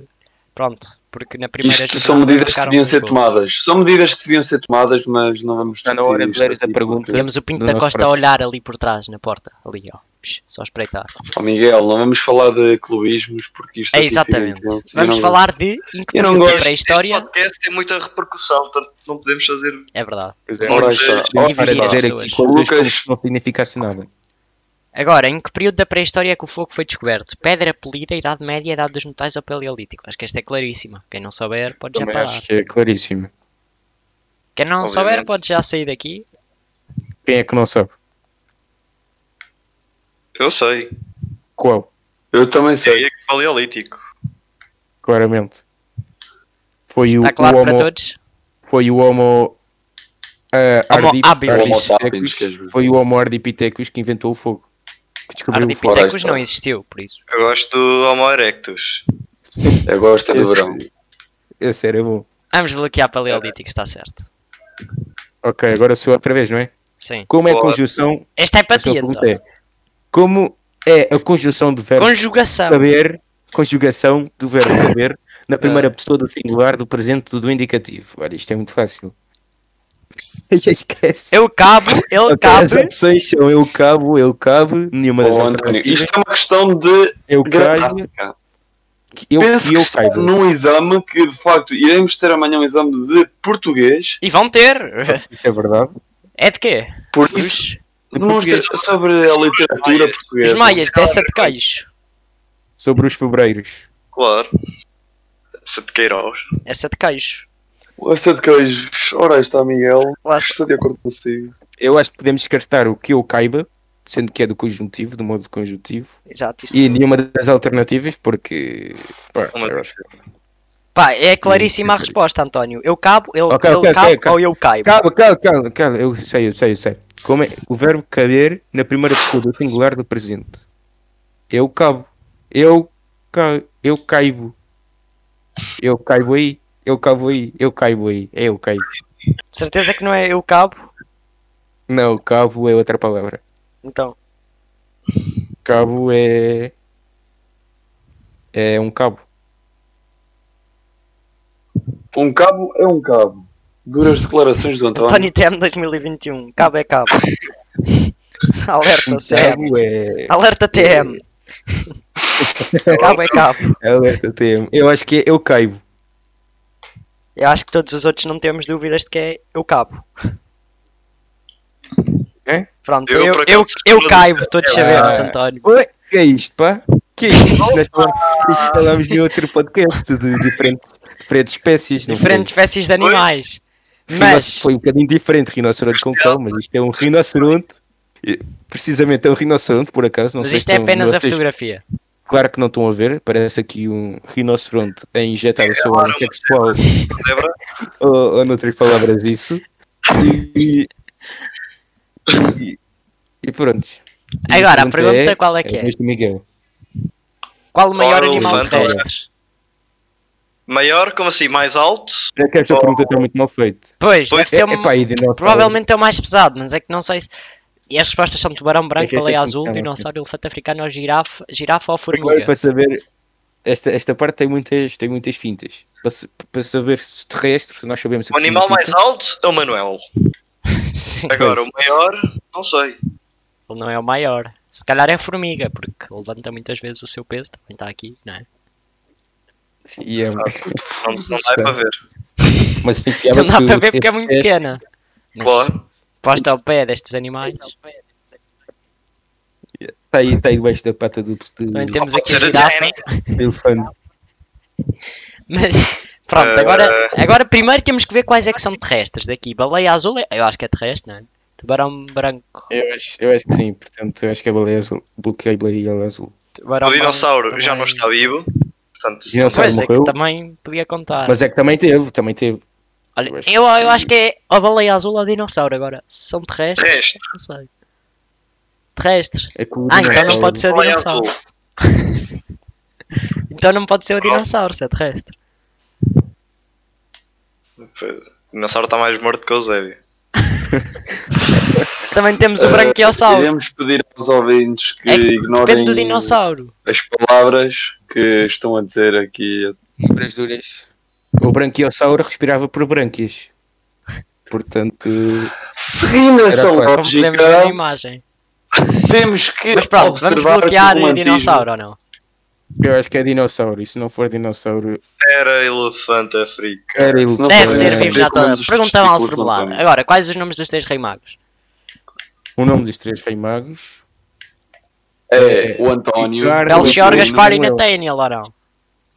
Speaker 1: pronto, porque na primeira
Speaker 4: Isto
Speaker 1: jornada
Speaker 4: são medidas que
Speaker 1: marcaram
Speaker 4: deviam
Speaker 1: um
Speaker 4: ser
Speaker 1: gol.
Speaker 4: tomadas. São medidas que deviam ser tomadas, mas não vamos
Speaker 2: Está na hora de
Speaker 4: discutir
Speaker 2: leres
Speaker 4: isto
Speaker 2: a
Speaker 4: aqui,
Speaker 2: pergunta.
Speaker 4: porque-
Speaker 1: Temos o Pinto
Speaker 2: Do
Speaker 1: da
Speaker 2: nosso
Speaker 1: Costa a
Speaker 2: próximo.
Speaker 1: olhar ali por trás, na porta. Ali, ó. Psh, Só espreitar.
Speaker 4: Oh, Miguel, não vamos falar de clubismos porque isto
Speaker 1: É
Speaker 4: aqui fica
Speaker 1: exatamente.
Speaker 4: intenso e eu
Speaker 1: Vamos
Speaker 4: não
Speaker 1: falar de
Speaker 4: não
Speaker 1: incomodismo
Speaker 4: gosto.
Speaker 1: para a
Speaker 3: Este
Speaker 1: história.
Speaker 3: podcast tem muita repercussão, portanto não podemos fazer.
Speaker 1: É verdade.
Speaker 2: Pois é.
Speaker 4: Ora, está.
Speaker 2: Vamos
Speaker 4: Ora,
Speaker 2: para
Speaker 1: Dividir as
Speaker 4: está.
Speaker 2: dizer
Speaker 1: pessoas.
Speaker 2: aqui coisas como
Speaker 4: Lucas-
Speaker 2: se não significasse nada.
Speaker 1: Agora, em que período da pré-história é que o fogo foi descoberto? Pedra polida, Idade Média, Idade dos Metais ou Paleolítico? Acho que esta é claríssima. Quem não souber, pode já
Speaker 2: Também
Speaker 1: parar.
Speaker 2: acho que é claríssimo.
Speaker 1: Quem não souber,
Speaker 3: Obviamente.
Speaker 1: pode já sair daqui.
Speaker 2: Quem é que não sabe?
Speaker 3: Eu sei.
Speaker 2: Qual?
Speaker 4: Eu também sei.
Speaker 3: É paleolítico.
Speaker 2: Claramente. Foi o,
Speaker 1: Está
Speaker 2: o
Speaker 1: claro para
Speaker 2: homo,
Speaker 1: todos?
Speaker 2: foi o Homo, eh,
Speaker 1: Homo
Speaker 2: Ardip-
Speaker 1: habilis.
Speaker 4: Homo
Speaker 2: Ardipithecus,
Speaker 4: sapiens, quer dizer.
Speaker 2: foi o Homo Ardipithecus que inventou o fogo. Que descobriu o fogo.
Speaker 4: Ora,
Speaker 1: Ardipithecus
Speaker 4: está.
Speaker 1: é não existiu, por isso.
Speaker 3: Eu gosto do Homo erectus.
Speaker 4: Eu gosto é do
Speaker 2: Esse-
Speaker 4: verão.
Speaker 2: Esse era bom.
Speaker 1: Vamos bloquear Paleolítico, está certo.
Speaker 2: Ok, agora sou outra vez, não é?
Speaker 1: Sim.
Speaker 2: Como é a
Speaker 3: Claro.
Speaker 2: conjunção?
Speaker 1: Esta é para
Speaker 2: a sua
Speaker 1: ti, então.
Speaker 2: pergunta é, Como é a conjunção do verbo
Speaker 1: Conjugação.
Speaker 2: caber, conjugação do verbo caber na
Speaker 1: Ah.
Speaker 2: primeira pessoa do singular do presente do indicativo? Olha, isto é muito fácil. Já esquece.
Speaker 1: Eu É cabo, ele
Speaker 2: Ok, As
Speaker 1: cabe.
Speaker 2: opções são eu cabo, ele cabe, nenhuma das
Speaker 4: Oh, António,
Speaker 2: alternativas.
Speaker 4: isto é uma questão de
Speaker 2: Eu caio,
Speaker 4: gramática.
Speaker 2: que eu,
Speaker 4: Penso
Speaker 2: que
Speaker 4: que
Speaker 2: eu
Speaker 4: está
Speaker 2: caibo.
Speaker 4: num exame que, de facto, iremos ter amanhã um exame de português.
Speaker 1: E vão ter.
Speaker 2: Isto é verdade.
Speaker 1: É de quê?
Speaker 4: Por isso,
Speaker 1: Os,
Speaker 4: demonstra
Speaker 2: português.
Speaker 4: sobre a literatura
Speaker 3: maias.
Speaker 1: os
Speaker 4: portuguesa.
Speaker 1: maias, é 17 cais.
Speaker 2: Sobre os febreiros.
Speaker 3: Claro. Se te queiroz.
Speaker 1: É 7 cais.
Speaker 4: O de queijos. Ora, aí está Miguel.
Speaker 1: Lá está.
Speaker 4: Estou de acordo consigo.
Speaker 2: Eu acho que podemos descartar o que eu caiba, sendo que é do conjuntivo, do modo conjuntivo,
Speaker 1: Exato. isto-
Speaker 2: e nenhuma das alternativas, porque. Pá,
Speaker 3: Uma
Speaker 2: eu acho que-
Speaker 1: Pá, é claríssima a resposta, António. Eu cabo, ele,
Speaker 2: Ok,
Speaker 1: ele
Speaker 2: ok,
Speaker 1: cabe
Speaker 2: ok, ok.
Speaker 1: ou eu caibo.
Speaker 2: Calma, calma, calma, calma, eu sei, eu sei, eu sei. Como é o verbo caber na primeira pessoa do singular do presente? Eu cabo. Eu, ca... eu caibo. Eu caibo aí. Eu cabo aí. Eu caibo aí. É eu caibo.
Speaker 1: Certeza que não é eu cabo?
Speaker 2: Não, cabo é outra palavra.
Speaker 1: Então,
Speaker 2: Cabo é. É um cabo.
Speaker 4: Um cabo é um cabo. Duras declarações do António.
Speaker 1: António TM 2021. Cabo é cabo. Alerta CM.
Speaker 2: Cabo é.
Speaker 1: Alerta TM. cabo é cabo.
Speaker 2: Alerta TM. Eu acho que é eu caibo.
Speaker 1: Eu acho que todos os outros não temos dúvidas de que é eu cabo.
Speaker 2: É?
Speaker 1: Pronto, eu,
Speaker 3: Eu,
Speaker 1: eu,
Speaker 3: por
Speaker 1: eu,
Speaker 3: acaso, estou na
Speaker 1: caibo, todos sabemos,
Speaker 2: Ah.
Speaker 1: António.
Speaker 2: Ué, que é isto, pá? Que é isto? Isto nós falamos, isto falamos em outro podcast de diferentes, diferentes espécies. não foi?
Speaker 1: Diferentes espécies de animais.
Speaker 2: Rinoc-
Speaker 1: Mas,
Speaker 2: Foi um bocadinho diferente, rinoceronte com calma. Isto é um rinoceronte. Eh, Precisamente é um rinoceronte, por acaso. Não
Speaker 1: mas
Speaker 2: sei
Speaker 1: isto
Speaker 2: se um
Speaker 1: é
Speaker 2: estão-
Speaker 1: apenas a
Speaker 2: vocês-
Speaker 1: fotografia.
Speaker 2: Claro que não estão a ver. Parece aqui um rinoceronte a injetar o seu órgão sexual
Speaker 3: Zebra.
Speaker 2: ou, ou noutras palavras, isso. E, e, e pronto. E
Speaker 1: Agora, a pergunta qual é que é?
Speaker 2: Mas do Miguel.
Speaker 1: Qual o maior
Speaker 3: Ora, o
Speaker 1: animal
Speaker 3: elefante,
Speaker 1: terrestre?
Speaker 3: Maior, como assim? Mais alto?
Speaker 2: É que esta
Speaker 3: Oh.
Speaker 2: pergunta está muito mal feita.
Speaker 1: Pois, deve
Speaker 3: Pois,
Speaker 1: ser
Speaker 2: É
Speaker 1: um-
Speaker 2: pá, e dinossauro?
Speaker 1: Provavelmente é o mais pesado, mas é que não sei se. E as respostas são tubarão branco,
Speaker 2: que essa
Speaker 1: baleia
Speaker 2: é que
Speaker 1: azul,
Speaker 2: não sei.
Speaker 1: dinossauro, elefante africano ou girafa, girafa ou
Speaker 2: Agora,
Speaker 1: formiga.
Speaker 2: para saber, esta, esta parte tem muitas, tem muitas fintas. Para, se- para saber se terrestre, se nós sabemos
Speaker 3: O
Speaker 2: o que
Speaker 3: Um animal mais
Speaker 2: significa.
Speaker 3: alto é o Manuel.
Speaker 1: Sim,
Speaker 3: Agora, o maior, não sei.
Speaker 1: ele não é o maior. Se calhar é formiga, porque levanta muitas vezes o seu peso, também está aqui, não é?
Speaker 2: E é,
Speaker 3: Não, não dá para ver.
Speaker 2: mas sim,
Speaker 1: Não dá para ver porque
Speaker 2: este
Speaker 1: é muito
Speaker 2: teste-
Speaker 1: pequena. Mas
Speaker 3: Claro.
Speaker 1: Posta ao pé destes animais.
Speaker 2: Está aí, está aí debaixo da pata do, do,
Speaker 1: Também temos
Speaker 3: Pode
Speaker 1: aqui a
Speaker 3: ser a
Speaker 1: girafa.
Speaker 3: Jenny.
Speaker 2: do elefante.
Speaker 1: Mas pronto,
Speaker 3: Eh.
Speaker 1: agora, agora primeiro temos que ver quais é que são terrestres daqui. Baleia azul, é- eu acho que é terrestre, não é? Tubarão branco.
Speaker 2: Eu acho, eu acho que sim, portanto, eu acho que é baleia azul. Bloqueei a baleia azul.
Speaker 1: Tubarão
Speaker 3: O dinossauro
Speaker 1: branco
Speaker 3: já não
Speaker 1: também.
Speaker 3: está vivo. Portanto,
Speaker 2: Já não está.
Speaker 1: Pois é, que
Speaker 2: morreu.
Speaker 1: também podia contar.
Speaker 2: Mas é que também teve, também teve.
Speaker 1: Olha,
Speaker 2: eu acho
Speaker 1: eu,
Speaker 2: que
Speaker 1: eu acho que é a baleia azul ou o dinossauro agora. Se são terrestres,
Speaker 3: Terrestre.
Speaker 1: não sei. Terrestres.
Speaker 2: É que o
Speaker 1: Ah, então não
Speaker 2: dinossauro-
Speaker 1: pode ser o
Speaker 3: Baleia
Speaker 1: dinossauro.
Speaker 3: azul.
Speaker 1: Então não pode ser o dinossauro, se é terrestre.
Speaker 3: O dinossauro está mais morto que o Zébio.
Speaker 1: Também temos o
Speaker 4: Eh,
Speaker 1: branquiosauro.
Speaker 4: Iremos pedir aos ouvintes que
Speaker 1: É que
Speaker 4: ignorem
Speaker 1: depende do dinossauro.
Speaker 4: as palavras que estão a dizer aqui.
Speaker 2: Obras duras. O branquiossauro respirava por brânquias. Portanto,
Speaker 4: Seguindo
Speaker 2: Era quase.
Speaker 4: essa
Speaker 1: Como podemos ver na
Speaker 4: lógica,
Speaker 1: imagem.
Speaker 4: temos que
Speaker 1: Mas pronto, vamos
Speaker 4: observar
Speaker 1: bloquear
Speaker 4: que
Speaker 1: o
Speaker 4: o romantismo-
Speaker 1: dinossauro ou não?
Speaker 2: eu acho que é dinossauro. E se não for dinossauro,
Speaker 3: Era elefante africano.
Speaker 2: era ele.
Speaker 4: Não
Speaker 1: Deve
Speaker 4: sei, é.
Speaker 1: ser
Speaker 4: não
Speaker 1: vivo
Speaker 4: sei
Speaker 1: já toda.
Speaker 4: como os
Speaker 1: Pergunta mal
Speaker 4: testículos não é?
Speaker 1: formulada.
Speaker 4: estão.
Speaker 1: Agora, quais os nomes dos três rei magos?
Speaker 2: O nome dos três rei magos.
Speaker 4: É, o António.
Speaker 2: Ricardo,
Speaker 1: Belchior,
Speaker 2: Sim,
Speaker 1: Gaspar e
Speaker 2: não é.
Speaker 1: Nathaniel, ou não?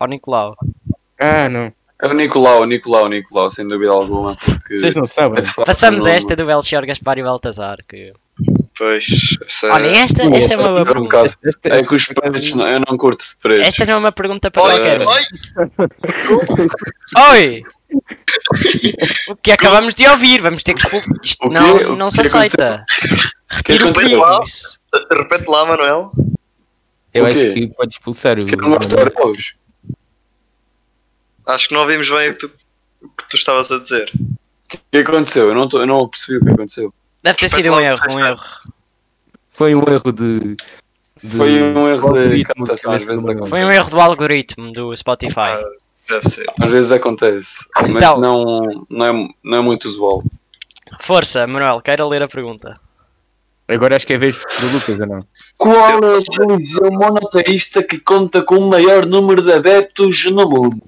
Speaker 1: Ou Nicolau?
Speaker 2: Ah, não.
Speaker 4: É o Nicolau, o Nicolau, o Nicolau, sem dúvida alguma. Porque é
Speaker 2: Vocês não sabem.
Speaker 1: Passamos
Speaker 4: um
Speaker 1: a esta do Belchior, Gaspar e Baltazar. Que...
Speaker 3: Pois, essa...
Speaker 1: Olha, esta,
Speaker 2: não,
Speaker 1: esta é uma boa
Speaker 4: é um
Speaker 1: pergunta.
Speaker 4: bocado-
Speaker 2: Esta-
Speaker 4: É
Speaker 2: esta-
Speaker 4: que os pretos, não, eu não curto de pretos.
Speaker 1: Esta não é uma pergunta para
Speaker 3: Olha,
Speaker 1: qualquer um.
Speaker 3: olha,
Speaker 1: Oi! O que acabamos de ouvir? Vamos ter que expulsar. Isto
Speaker 4: O quê?
Speaker 1: não,
Speaker 4: O
Speaker 1: não
Speaker 4: que
Speaker 1: se aceita.
Speaker 4: aconteceu?
Speaker 1: Retiro o
Speaker 4: O que
Speaker 1: que
Speaker 3: aconteceu?
Speaker 1: disse.
Speaker 3: repete lá, Manuel.
Speaker 2: Eu
Speaker 4: O
Speaker 2: acho
Speaker 4: quê?
Speaker 2: que pode expulsar o.
Speaker 4: Eu não gosto é de arroz.
Speaker 3: Acho que não ouvimos bem o que tu, o que tu estavas a dizer.
Speaker 4: O que aconteceu? Eu não, tô- eu não percebi o que aconteceu.
Speaker 1: Deve ter sido um erro, um erro.
Speaker 2: Foi um erro de. de-
Speaker 4: Foi um erro de
Speaker 2: algoritmo
Speaker 4: captação, às vezes
Speaker 2: também se
Speaker 1: Foi um erro do algoritmo do
Speaker 4: Ah.
Speaker 1: Spotify.
Speaker 3: Deve ser.
Speaker 4: Às vezes acontece, mas
Speaker 1: Então.
Speaker 4: não, não, é, não é muito usual.
Speaker 1: Força, Manuel, quero ler a pergunta.
Speaker 2: Agora acho que é a vez do Lucas ou não?
Speaker 4: Qual é a religião monoteísta que conta com o maior número de adeptos no mundo?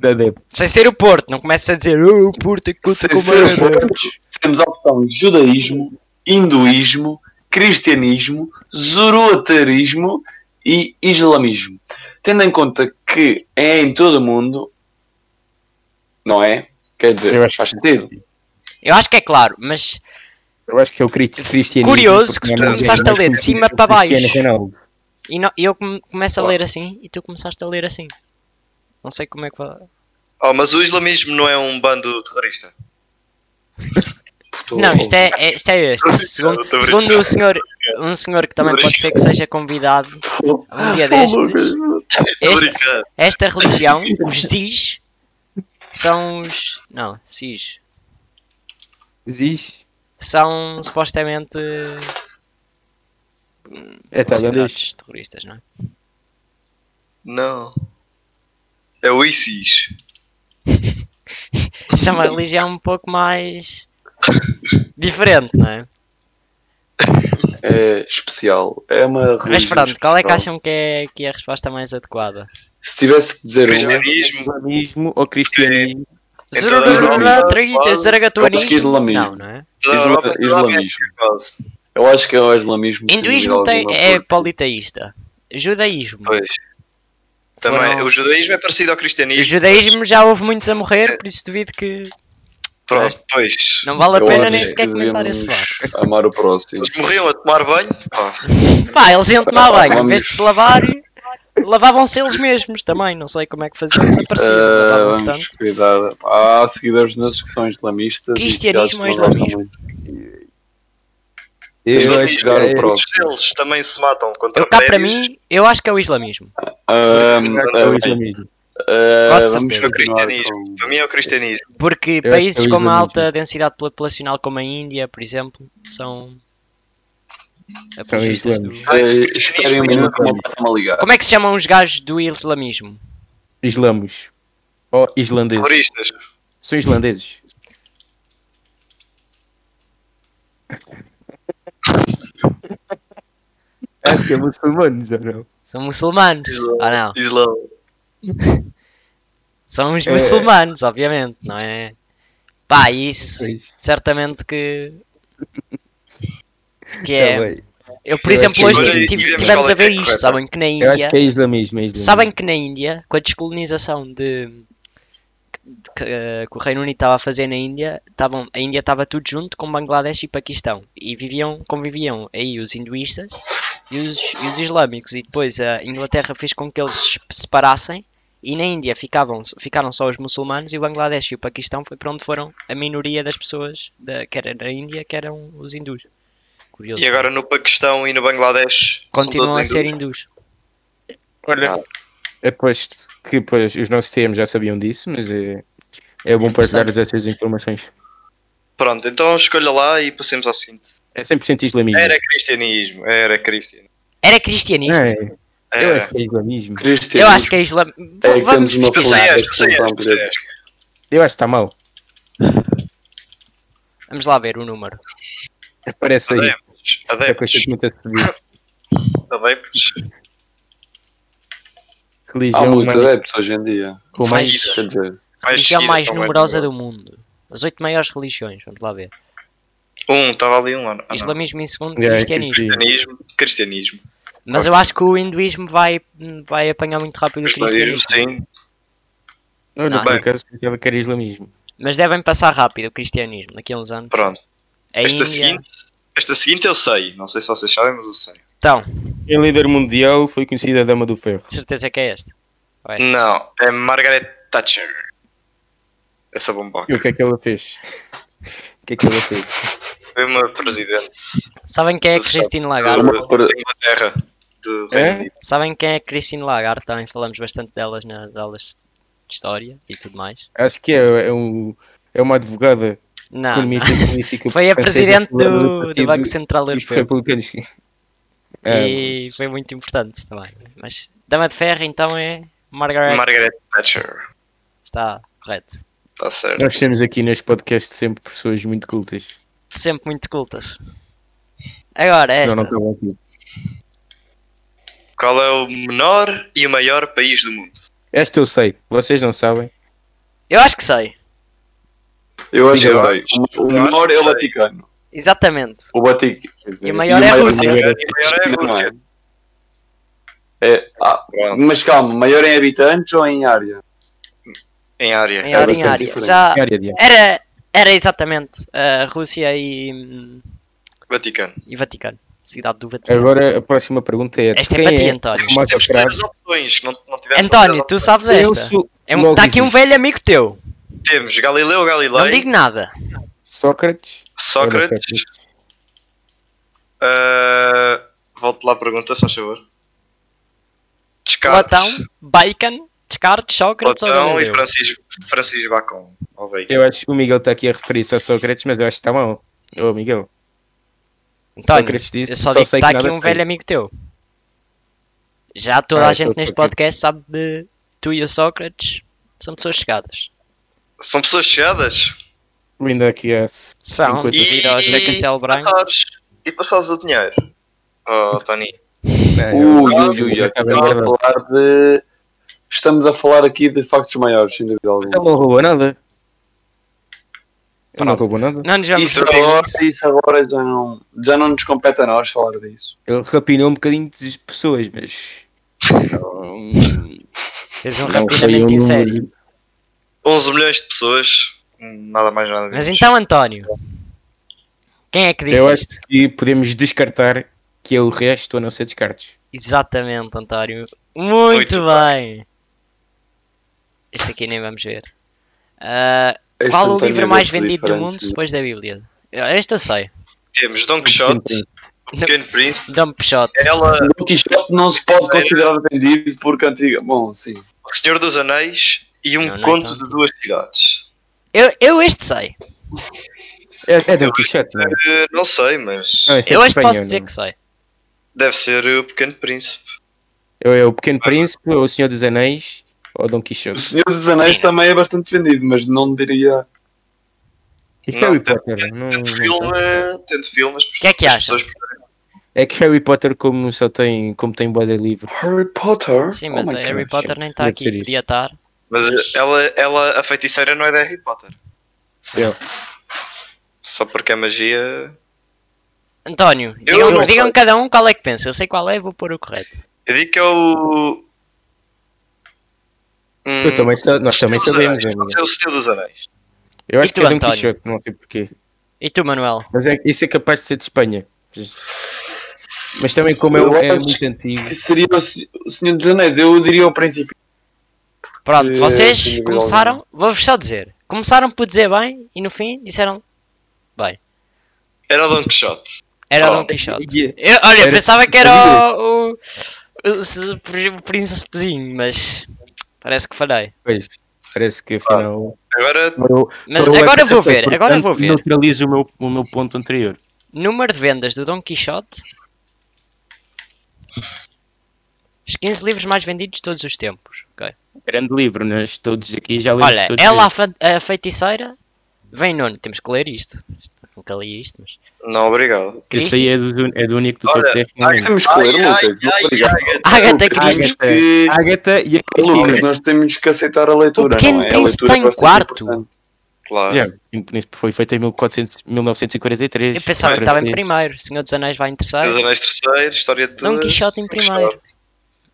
Speaker 2: Da Dep.
Speaker 1: Sem ser o Porto, não comeces a dizer "Oh, o Porto é que conta
Speaker 4: Sem
Speaker 1: com
Speaker 4: ser o Porto.
Speaker 1: adeptos.
Speaker 4: Temos a opção de judaísmo, hinduísmo, cristianismo, zoroaterismo e islamismo. Tendo em conta que é em todo o mundo, não é? Quer dizer,
Speaker 2: Eu acho
Speaker 4: faz
Speaker 2: que-
Speaker 4: sentido.
Speaker 1: Eu acho que é claro, mas
Speaker 2: Eu acho que é o cri- cristianismo.
Speaker 1: Curioso
Speaker 2: porque
Speaker 1: que tu
Speaker 2: não é
Speaker 1: começaste
Speaker 2: ninguém,
Speaker 1: a ler de
Speaker 2: mas
Speaker 1: cima
Speaker 2: o
Speaker 1: para baixo.
Speaker 2: Cristiano Ronaldo.
Speaker 1: e não- e eu come- começo a ler assim e tu começaste a ler assim. Não sei como é que vai.
Speaker 3: Oh, mas o islamismo não é um bando terrorista.
Speaker 4: Portanto,
Speaker 1: Não, isto é, é- isto é este. Segundo,
Speaker 3: Estou a brincar.
Speaker 1: segundo o senhor, um senhor que também pode ser que seja convidado um dia destes. Este,
Speaker 3: Obrigado.
Speaker 1: esta religião, os Zis, são os. Não, Cis.
Speaker 2: Existe.
Speaker 1: São supostamente.
Speaker 2: É tailandês.
Speaker 1: considerados terroristas, não é?
Speaker 3: Não. É o ISIS.
Speaker 1: Isso é uma religião um pouco mais. diferente, não é?
Speaker 4: É especial. É uma
Speaker 1: Mas
Speaker 4: religião
Speaker 1: pronto, qual é que
Speaker 4: especial.
Speaker 1: acham que é, que é a resposta mais adequada?
Speaker 4: Se tivesse que dizer um, uma,
Speaker 3: Cristianismo.
Speaker 2: Islamismo ou cristianismo?
Speaker 4: É
Speaker 3: Então, não,
Speaker 1: Zurururururururururururururururururururururururururururururururururururururururururururururururururururururururururururururururururururou-
Speaker 4: Eu acho que
Speaker 1: Zeragatuanismo.
Speaker 4: islamismo.
Speaker 1: Não, não é?
Speaker 3: Toda a Europa, toda a América
Speaker 4: islamismo.
Speaker 3: quase.
Speaker 4: Eu acho que é o islamismo. sem
Speaker 1: Hinduísmo
Speaker 4: dúvida
Speaker 1: tem,
Speaker 4: alguma,
Speaker 1: é
Speaker 4: porque-
Speaker 1: politeísta. Judaísmo.
Speaker 3: Pois. Também,
Speaker 1: Foram-
Speaker 3: O judaísmo é parecido ao
Speaker 1: O
Speaker 3: cristianismo.
Speaker 1: judaísmo já houve muitos a morrer, por isso duvido que
Speaker 3: Pronto, pois.
Speaker 1: não vale a
Speaker 4: Eu
Speaker 1: pena
Speaker 4: acho
Speaker 1: nem
Speaker 4: que
Speaker 1: sequer comentar
Speaker 4: devíamos
Speaker 1: esse facto.
Speaker 4: Amar o próximo.
Speaker 3: Eles morriam a tomar banho. Pá,
Speaker 1: Pá, eles iam tomar banho, em
Speaker 4: Vamos-
Speaker 1: vez de se lavar, lavavam-se eles mesmos também. Não sei como é que faziam, desapareciam,
Speaker 4: Ah,
Speaker 1: lavavam-se tanto.
Speaker 4: vamos cuidar. Há seguidores nossos que são islamistas. e que
Speaker 1: Cristianismo
Speaker 4: acho que
Speaker 1: ou
Speaker 4: não gostam
Speaker 1: islamismo?
Speaker 4: muito.
Speaker 3: Eles
Speaker 2: Eu
Speaker 3: não
Speaker 2: acho que
Speaker 4: chegaram
Speaker 2: é-
Speaker 4: pro-
Speaker 3: Todos eles também se matam contra
Speaker 1: Eu, cá para
Speaker 3: prédios.
Speaker 1: mim, eu acho que é o islamismo.
Speaker 4: Ah,
Speaker 2: é
Speaker 4: ah,
Speaker 2: o
Speaker 4: bem,
Speaker 2: islamismo.
Speaker 4: ah,
Speaker 1: Com
Speaker 4: vamos
Speaker 1: certeza.
Speaker 4: continuar
Speaker 3: É Cristianismo.
Speaker 4: com-
Speaker 3: Para mim é o cristianismo.
Speaker 1: Porque
Speaker 2: que é o
Speaker 1: países com uma
Speaker 2: islamismo.
Speaker 1: alta densidade populacional como a Índia, por exemplo, são apologistas do...
Speaker 2: islâmicos.
Speaker 3: Ai,
Speaker 4: Eh,
Speaker 3: cristianismo,
Speaker 4: Esperem um minuto que
Speaker 2: islamismo.
Speaker 4: me a ligar.
Speaker 1: Como é que se chamam os gajos do islamismo?
Speaker 2: Islamos. Ou islandeses.
Speaker 3: Terroristas.
Speaker 2: São islandeses. Acho que é muçulmanos ou não?
Speaker 1: São muçulmanos,
Speaker 3: Islã.
Speaker 1: ou não?
Speaker 3: Islã.
Speaker 1: São os
Speaker 2: É.
Speaker 1: muçulmanos, obviamente, não é? Pá, isso
Speaker 2: Pois.
Speaker 1: certamente que... Que
Speaker 2: Tá
Speaker 1: é...
Speaker 2: bem.
Speaker 1: Eu, por
Speaker 2: Eu
Speaker 1: exemplo,
Speaker 2: acho
Speaker 1: hoje
Speaker 2: que-
Speaker 1: tive- tive-
Speaker 3: Tivemos
Speaker 1: tivemos
Speaker 3: qual é
Speaker 1: a ver
Speaker 3: que é
Speaker 1: isto,
Speaker 3: correta.
Speaker 1: sabem que na
Speaker 2: Eu acho
Speaker 1: Índia...
Speaker 2: que é islamismo. é islamismo.
Speaker 1: Sabem que na Índia, com a descolonização de, de- que, eh, que o Reino Unido estava a fazer na Índia, estavam, a Índia estava tudo junto com Bangladesh e Paquistão. E viviam, conviviam aí os hinduístas e os, e os islâmicos. E depois a Inglaterra fez com que eles se separassem. E na Índia ficavam, ficaram só os muçulmanos e o Bangladesh e o Paquistão foi para onde foram a minoria das pessoas, da, que era na Índia, que eram os hindus. Curioso.
Speaker 3: E agora no Paquistão e no Bangladesh. são
Speaker 1: Continuam
Speaker 3: todos
Speaker 1: a ser
Speaker 3: hindus.
Speaker 1: hindus.
Speaker 2: Olha, aposto que É, pois, os nossos TMs já sabiam disso, mas é, é bom partilhar-lhes essas informações.
Speaker 3: Pronto, então escolha lá e passemos ao seguinte.
Speaker 2: É 100% islamismo.
Speaker 3: Era cristianismo. Era cristianismo.
Speaker 1: Era cristianismo?
Speaker 2: É, eu
Speaker 3: Era.
Speaker 2: acho que é islamismo.
Speaker 1: Eu
Speaker 4: Cristianismo.
Speaker 1: acho que é islam...
Speaker 4: É que
Speaker 1: Vamos
Speaker 4: temos uma
Speaker 3: Tu sei, és, tu sei, és,
Speaker 2: um
Speaker 3: tu sei, és.
Speaker 2: Eu acho que está mal.
Speaker 1: Vamos lá ver o número.
Speaker 3: Tá
Speaker 2: Parece aí.
Speaker 3: Adeptos.
Speaker 2: É coisa
Speaker 3: Adeptos.
Speaker 2: que muito a subir. tipo-
Speaker 3: Adeptos.
Speaker 4: Há
Speaker 1: é
Speaker 2: Religião
Speaker 4: muitos
Speaker 2: mais,
Speaker 4: adeptos hoje em dia.
Speaker 2: com mais.
Speaker 4: Quer dizer,
Speaker 3: Mais
Speaker 1: religião
Speaker 3: seguida,
Speaker 1: é mais
Speaker 3: então, mais
Speaker 1: numerosa
Speaker 3: numerosa.
Speaker 1: do mundo. As oito maiores religiões, vamos lá ver.
Speaker 3: Um, estava ali um ano. Ah, não.
Speaker 1: Islamismo em segundo,
Speaker 2: É,
Speaker 1: cristianismo.
Speaker 2: cristianismo.
Speaker 3: Cristianismo. Cristianismo.
Speaker 1: Mas eu acho que o hinduísmo vai, vai apanhar muito rápido o
Speaker 3: Cristianismo,
Speaker 1: Um cristianismo.
Speaker 3: sim.
Speaker 2: Não, não,
Speaker 1: Não.
Speaker 2: por acaso, pensava que era islamismo.
Speaker 1: Mas devem passar rápido o cristianismo daqui a uns anos.
Speaker 3: Pronto.
Speaker 1: A
Speaker 3: Esta
Speaker 1: Índia.
Speaker 3: seguinte. Esta seguinte eu sei. Não sei se vocês sabem, mas eu sei.
Speaker 1: Então,
Speaker 2: Em é líder mundial foi conhecida a Dama do Ferro.
Speaker 1: de certeza que é este. Ou esta.
Speaker 3: Não, é Margaret Thatcher. Essa bomboca.
Speaker 2: E o que é que ela fez? o que é que ela fez?
Speaker 3: Foi uma presidente
Speaker 1: Sabem quem é
Speaker 3: Eu sei.
Speaker 1: Christine
Speaker 3: da
Speaker 1: Lagarde?
Speaker 4: Uma pre-
Speaker 3: Inglaterra, do
Speaker 2: É?
Speaker 3: Reino Unido.
Speaker 1: Sabem quem é Christine Lagarde? Também falamos bastante delas nas aulas de história e tudo mais.
Speaker 2: Acho que é, é, um, é uma advogada
Speaker 1: Não.
Speaker 2: economista
Speaker 1: não.
Speaker 2: e política
Speaker 1: Ah. Foi a
Speaker 2: francesa,
Speaker 1: presidente
Speaker 2: fundadora
Speaker 1: do, do
Speaker 2: partido
Speaker 1: Banco Central
Speaker 2: dos
Speaker 1: Europeu.
Speaker 2: republicanos. Ah,
Speaker 1: E foi muito importante também. Mas Dama de Ferro então é Margaret.
Speaker 3: Margaret Thatcher.
Speaker 1: Está correto.
Speaker 3: Está certo.
Speaker 2: Nós temos aqui neste podcast sempre pessoas muito cultas.
Speaker 1: Sempre muito cultas. Agora,
Speaker 2: Senão
Speaker 1: esta.
Speaker 2: não tá estavam aqui.
Speaker 3: Qual é o menor e o maior país do mundo?
Speaker 2: Esta eu sei, vocês não sabem.
Speaker 1: Eu acho que sei.
Speaker 4: Eu acho que
Speaker 3: Eu
Speaker 4: sei.
Speaker 3: acho-
Speaker 4: O, o
Speaker 3: eu acho
Speaker 4: menor
Speaker 3: que
Speaker 4: é o
Speaker 3: sei.
Speaker 4: Vaticano.
Speaker 1: Exatamente.
Speaker 4: O Vaticano.
Speaker 1: E o maior é a Rússia.
Speaker 3: O maior é a
Speaker 4: um Não
Speaker 3: Rússia.
Speaker 4: É, ah,
Speaker 3: Pronto.
Speaker 4: mas calma, maior em habitantes ou em área?
Speaker 3: Em área.
Speaker 1: Em área, em
Speaker 4: bastante
Speaker 1: área.
Speaker 4: diferente.
Speaker 1: Já
Speaker 2: Área de-
Speaker 1: era, era exatamente a Rússia e, hum,
Speaker 3: Vaticano.
Speaker 1: e Vaticano. Cidade do Vaticano.
Speaker 2: Agora a próxima pergunta é:
Speaker 1: Esta é
Speaker 2: quem
Speaker 1: para ti,
Speaker 2: é
Speaker 1: António.
Speaker 2: mais
Speaker 3: Temos
Speaker 2: apurado?
Speaker 3: três opções. Não, não tivemos
Speaker 1: António,
Speaker 3: outras
Speaker 1: tu sabes
Speaker 2: Eu
Speaker 1: esta.
Speaker 2: sou-
Speaker 1: É um-
Speaker 2: logo
Speaker 1: Está aqui um
Speaker 2: existe.
Speaker 1: velho amigo teu.
Speaker 3: opções. Temos Galileu
Speaker 1: Não
Speaker 3: Galilei,
Speaker 1: digo nada.
Speaker 2: Sócrates. Olha,
Speaker 3: Sócrates. Ah, Volte lá a pergunta, se faz favor.
Speaker 1: Platão,
Speaker 3: Descartes,
Speaker 1: Bacon, Descartes, Sócrates ou
Speaker 3: Platão e
Speaker 1: Galileu?
Speaker 3: Francisco, Francisco Bacon. Ó, velho.
Speaker 2: Eu acho que o Miguel está aqui a referir-se a Sócrates, mas eu acho que está mal. Ô Miguel,
Speaker 1: António,
Speaker 2: Sócrates disse
Speaker 1: eu só digo que
Speaker 2: sei
Speaker 1: está
Speaker 2: nada
Speaker 1: aqui um
Speaker 2: foi.
Speaker 1: velho amigo teu. Já toda
Speaker 2: Ah,
Speaker 1: a
Speaker 2: eu
Speaker 1: gente
Speaker 2: sou
Speaker 1: neste
Speaker 2: Sócrates.
Speaker 1: podcast sabe de tu e o Sócrates. São pessoas chegadas.
Speaker 3: São pessoas chegadas.
Speaker 2: Linda aqui a s-
Speaker 1: São,
Speaker 2: Cinquenta.
Speaker 1: devido ao José Castelo Branco.
Speaker 3: passares, e passares o dinheiro. Oh, Tony.
Speaker 4: É,
Speaker 2: Não, eu-
Speaker 4: Ui, ui, ui,
Speaker 2: eu-
Speaker 4: estamos a falar de. Estamos a falar aqui de factos maiores, sem dúvida
Speaker 2: Ele
Speaker 1: Então,
Speaker 4: alguma.
Speaker 2: não roubou nada. Ele não roubou nada.
Speaker 1: Não nos vamos
Speaker 4: Isso
Speaker 1: perder
Speaker 4: agora,
Speaker 1: nisso.
Speaker 4: isso agora já, não, já não nos compete a nós falar disso.
Speaker 2: Ele rapinou um bocadinho de pessoas, mas.
Speaker 1: Fez um
Speaker 2: Não foi um
Speaker 1: rapidamente em sério.
Speaker 2: número-
Speaker 3: 11 milhões de pessoas. Hum, Nada mais, nada menos.
Speaker 1: Mas então, António, quem é que disse
Speaker 2: Eu acho
Speaker 1: isto?
Speaker 2: que podemos descartar que é o resto a não ser descartes.
Speaker 1: Exatamente, António. Muito,
Speaker 3: Muito
Speaker 1: bem. Este aqui nem vamos ver. Ah,
Speaker 4: Este
Speaker 1: qual o
Speaker 4: António
Speaker 1: livro
Speaker 4: é
Speaker 1: mais
Speaker 4: desse
Speaker 1: vendido do
Speaker 4: diferente,
Speaker 1: mundo
Speaker 4: sim.
Speaker 1: depois da Bíblia? Ah, Este eu sei.
Speaker 3: Temos Don Quixote, O Pequeno Príncipe,
Speaker 1: Dom Peixote.
Speaker 3: Ela,
Speaker 4: Don Quixote não se pode considerar vendido porque antiga. Bom, sim.
Speaker 3: O Senhor dos Anéis e Um
Speaker 1: Não, não é
Speaker 3: Conto
Speaker 1: tanto.
Speaker 3: de Duas Cidades.
Speaker 1: Eu, eu este sei.
Speaker 2: É, é Don Quixote, não é?
Speaker 3: Eh, Não sei, mas
Speaker 2: Não, esse é
Speaker 1: Eu este
Speaker 2: espanhol,
Speaker 1: posso dizer
Speaker 2: não.
Speaker 1: que sei.
Speaker 3: deve ser o Pequeno Príncipe.
Speaker 2: Ou é o Pequeno Príncipe, ou o Senhor dos Anéis, ou Dom
Speaker 4: O
Speaker 2: Quixote.
Speaker 4: Senhor dos Anéis
Speaker 1: Sim.
Speaker 4: também é bastante vendido, mas não diria.
Speaker 2: E que
Speaker 3: Não,
Speaker 2: Harry
Speaker 3: tem-
Speaker 2: Potter? Não,
Speaker 3: Tendo
Speaker 2: não-
Speaker 1: um-
Speaker 3: filme, tendo filmes. O
Speaker 1: que é que achas?
Speaker 2: É que Harry Potter, como só tem, como tem boa de livro.
Speaker 4: Harry Potter?
Speaker 1: Sim, mas
Speaker 4: Oh my
Speaker 1: a Harry
Speaker 4: God.
Speaker 1: Potter nem está
Speaker 2: Deve ser
Speaker 1: aqui.
Speaker 2: isto.
Speaker 1: Podia estar.
Speaker 3: Mas eh, ela, ela, a feiticeira, não é de Harry Potter.
Speaker 2: Eu.
Speaker 3: Só porque a magia.
Speaker 1: António,
Speaker 3: Eu
Speaker 1: digam,
Speaker 3: não
Speaker 1: digam
Speaker 3: sei.
Speaker 1: cada um qual é que pensa. Eu sei qual é, vou pôr o correto.
Speaker 3: Eu digo que é o. Hum,
Speaker 2: Eu também, sa- nós também
Speaker 3: O Senhor dos
Speaker 2: sabemos,
Speaker 3: Anéis.
Speaker 2: amigo.
Speaker 3: Pode ser o Senhor dos Anéis.
Speaker 2: Eu acho
Speaker 1: E
Speaker 2: que
Speaker 1: tu,
Speaker 2: é Dom
Speaker 1: António?
Speaker 2: Quixote, não sei porquê.
Speaker 1: E tu, Manuel?
Speaker 2: Mas é, isso é capaz de ser de Espanha. Mas também, como é,
Speaker 4: Eu
Speaker 2: é
Speaker 4: acho
Speaker 2: muito antigo,
Speaker 4: Que seria o Se- o Senhor dos Anéis? Eu diria o princípio.
Speaker 1: Pronto,
Speaker 4: Eh, sem
Speaker 1: vocês
Speaker 4: dúvida
Speaker 1: começaram,
Speaker 4: alguma.
Speaker 1: vou-vos só dizer, começaram por dizer bem e no fim disseram
Speaker 3: Era o Don Quixote.
Speaker 1: era
Speaker 3: Oh,
Speaker 1: Don Quixote.
Speaker 2: yeah.
Speaker 1: Eu, olha,
Speaker 2: Era-
Speaker 1: pensava que era o, o, o se- o príncipezinho, mas parece que falhei.
Speaker 2: pois, parece que afinal.
Speaker 3: Agora
Speaker 2: Eu-
Speaker 1: Mas
Speaker 2: só eu é
Speaker 1: agora
Speaker 2: que
Speaker 1: vou
Speaker 2: acertei,
Speaker 1: ver, agora
Speaker 2: portanto,
Speaker 1: vou ver.
Speaker 2: Neutralizo o meu, o meu ponto anterior.
Speaker 1: Número de vendas do Don Quixote. Os 15 livros mais vendidos de todos os tempos. Ok.
Speaker 2: Grande livro, é? nós todos aqui já lemos
Speaker 1: Olha,
Speaker 2: todos.
Speaker 1: ela a,
Speaker 2: eles.
Speaker 1: fa- a feiticeira vem nono, temos que ler isto. Nunca li isto, mas.
Speaker 3: Não, obrigado.
Speaker 2: Esse aí é do, é do único do
Speaker 3: Olha,
Speaker 2: top 10
Speaker 4: Hum.
Speaker 2: que não lembro.
Speaker 4: Temos que ler,
Speaker 3: Ai, ai,
Speaker 4: Lucas.
Speaker 3: ai,
Speaker 4: Obrigado.
Speaker 3: ai,
Speaker 1: Agatha Christie.
Speaker 4: Acho que-
Speaker 2: Agatha e a
Speaker 4: Lucas,
Speaker 2: Cristina.
Speaker 4: nós temos que aceitar a leitura.
Speaker 1: O Pequeno
Speaker 4: não é? A
Speaker 1: Príncipe
Speaker 4: leitura
Speaker 1: tem
Speaker 4: é bastante
Speaker 1: quarto.
Speaker 4: importante.
Speaker 3: Claro.
Speaker 2: Yeah, foi feito em 1400 1943.
Speaker 1: Eu pensava que estava em
Speaker 2: Francês.
Speaker 1: primeiro, Senhor dos Anéis vai em
Speaker 3: Os
Speaker 1: terceiro,
Speaker 3: Anéis Terceiro, História de
Speaker 1: Don
Speaker 3: Tudo.
Speaker 1: Quixote em primeiro.
Speaker 3: Quixote.